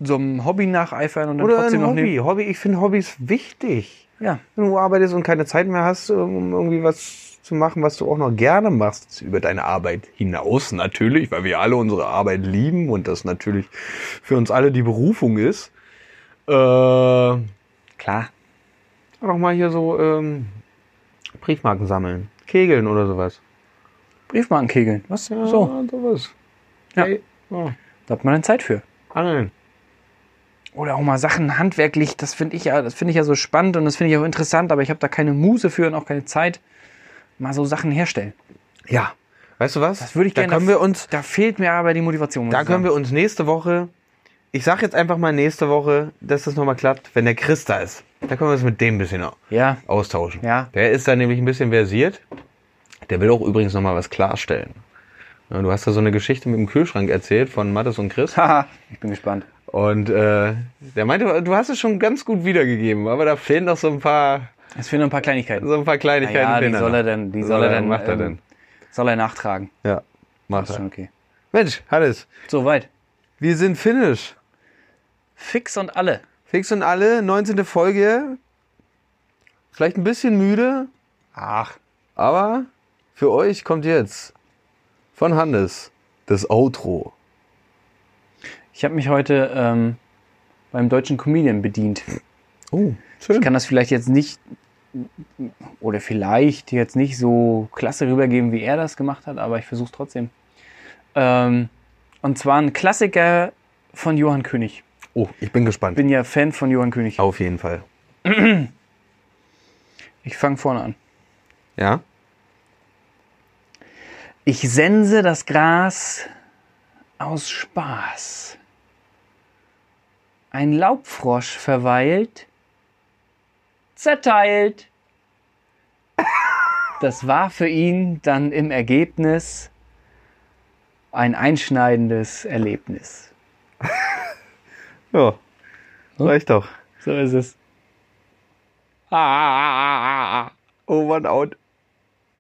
Speaker 2: so einem Hobby nacheifern und dann
Speaker 1: Oder
Speaker 2: trotzdem
Speaker 1: ein
Speaker 2: noch
Speaker 1: Hobby. Hobby, ich finde Hobbys wichtig.
Speaker 2: Ja,
Speaker 1: Wenn du arbeitest und keine Zeit mehr hast, um irgendwie was zu machen, was du auch noch gerne machst, über deine Arbeit hinaus natürlich, weil wir alle unsere Arbeit lieben und das natürlich für uns alle die Berufung ist. Äh, auch
Speaker 2: klar.
Speaker 1: mal hier so ähm, Briefmarken sammeln, Kegeln oder sowas.
Speaker 2: Briefmarkenkegeln. Was? So.
Speaker 1: sowas.
Speaker 2: Ja.
Speaker 1: Hey, ja.
Speaker 2: Da hat man dann Zeit für.
Speaker 1: Angeln.
Speaker 2: Oder auch mal Sachen handwerklich, das finde ich ja, das finde ich ja so spannend und das finde ich auch interessant, aber ich habe da keine Muße für und auch keine Zeit, mal so Sachen herstellen.
Speaker 1: Ja. Weißt du was?
Speaker 2: Das würde ich
Speaker 1: da
Speaker 2: gerne-
Speaker 1: können wir uns
Speaker 2: Da fehlt mir aber die Motivation. muss
Speaker 1: Da
Speaker 2: ich
Speaker 1: können wir
Speaker 2: sagen.
Speaker 1: uns nächste Woche, ich sag jetzt einfach mal nächste Woche, dass das nochmal klappt, wenn der Chris da ist. Da können wir uns mit dem ein bisschen au-
Speaker 2: Ja,
Speaker 1: austauschen.
Speaker 2: Ja.
Speaker 1: Der ist da nämlich ein bisschen versiert. Der will auch übrigens nochmal was klarstellen. Ja, Du hast da so eine Geschichte mit dem Kühlschrank erzählt von Mattes und Chris.
Speaker 2: haha, ich bin gespannt.
Speaker 1: Und äh, der meinte, du hast es schon ganz gut wiedergegeben, aber da fehlen noch so ein paar,
Speaker 2: Es fehlen noch ein paar Kleinigkeiten.
Speaker 1: so ein paar
Speaker 2: Na
Speaker 1: Kleinigkeiten.
Speaker 2: ja,
Speaker 1: fehlen
Speaker 2: die
Speaker 1: da
Speaker 2: soll
Speaker 1: noch.
Speaker 2: er denn, die
Speaker 1: Soll
Speaker 2: soll er
Speaker 1: er-
Speaker 2: denn,
Speaker 1: macht er
Speaker 2: ähm,
Speaker 1: denn?
Speaker 2: soll er nachtragen.
Speaker 1: Ja, macht
Speaker 2: Ist schon
Speaker 1: er.
Speaker 2: okay.
Speaker 1: Mensch, Hannes,
Speaker 2: Soweit.
Speaker 1: wir sind Finish.
Speaker 2: Fix und alle.
Speaker 1: Fix und alle, 19. Folge. Vielleicht ein bisschen müde,
Speaker 2: Ach.
Speaker 1: aber für euch kommt jetzt von Hannes das Outro.
Speaker 2: Ich habe mich heute ähm, beim deutschen Comedian bedient.
Speaker 1: Oh,
Speaker 2: Ich
Speaker 1: schön.
Speaker 2: kann das vielleicht jetzt nicht oder vielleicht jetzt nicht so klasse rübergeben, wie er das gemacht hat, aber ich versuche es trotzdem. Ähm, und zwar ein Klassiker von Johann König.
Speaker 1: Oh, ich bin
Speaker 2: Ich
Speaker 1: gespannt.
Speaker 2: bin ja Fan von Johann König.
Speaker 1: Auf jeden Fall.
Speaker 2: Ich fange vorne an.
Speaker 1: Ja?
Speaker 2: Ich sense das Gras aus Spaß. Ein Laubfrosch verweilt, zerteilt. Das war für ihn dann im Ergebnis ein einschneidendes Erlebnis.
Speaker 1: Ja. Reicht doch.
Speaker 2: So ist es.
Speaker 1: Over and Oh, out.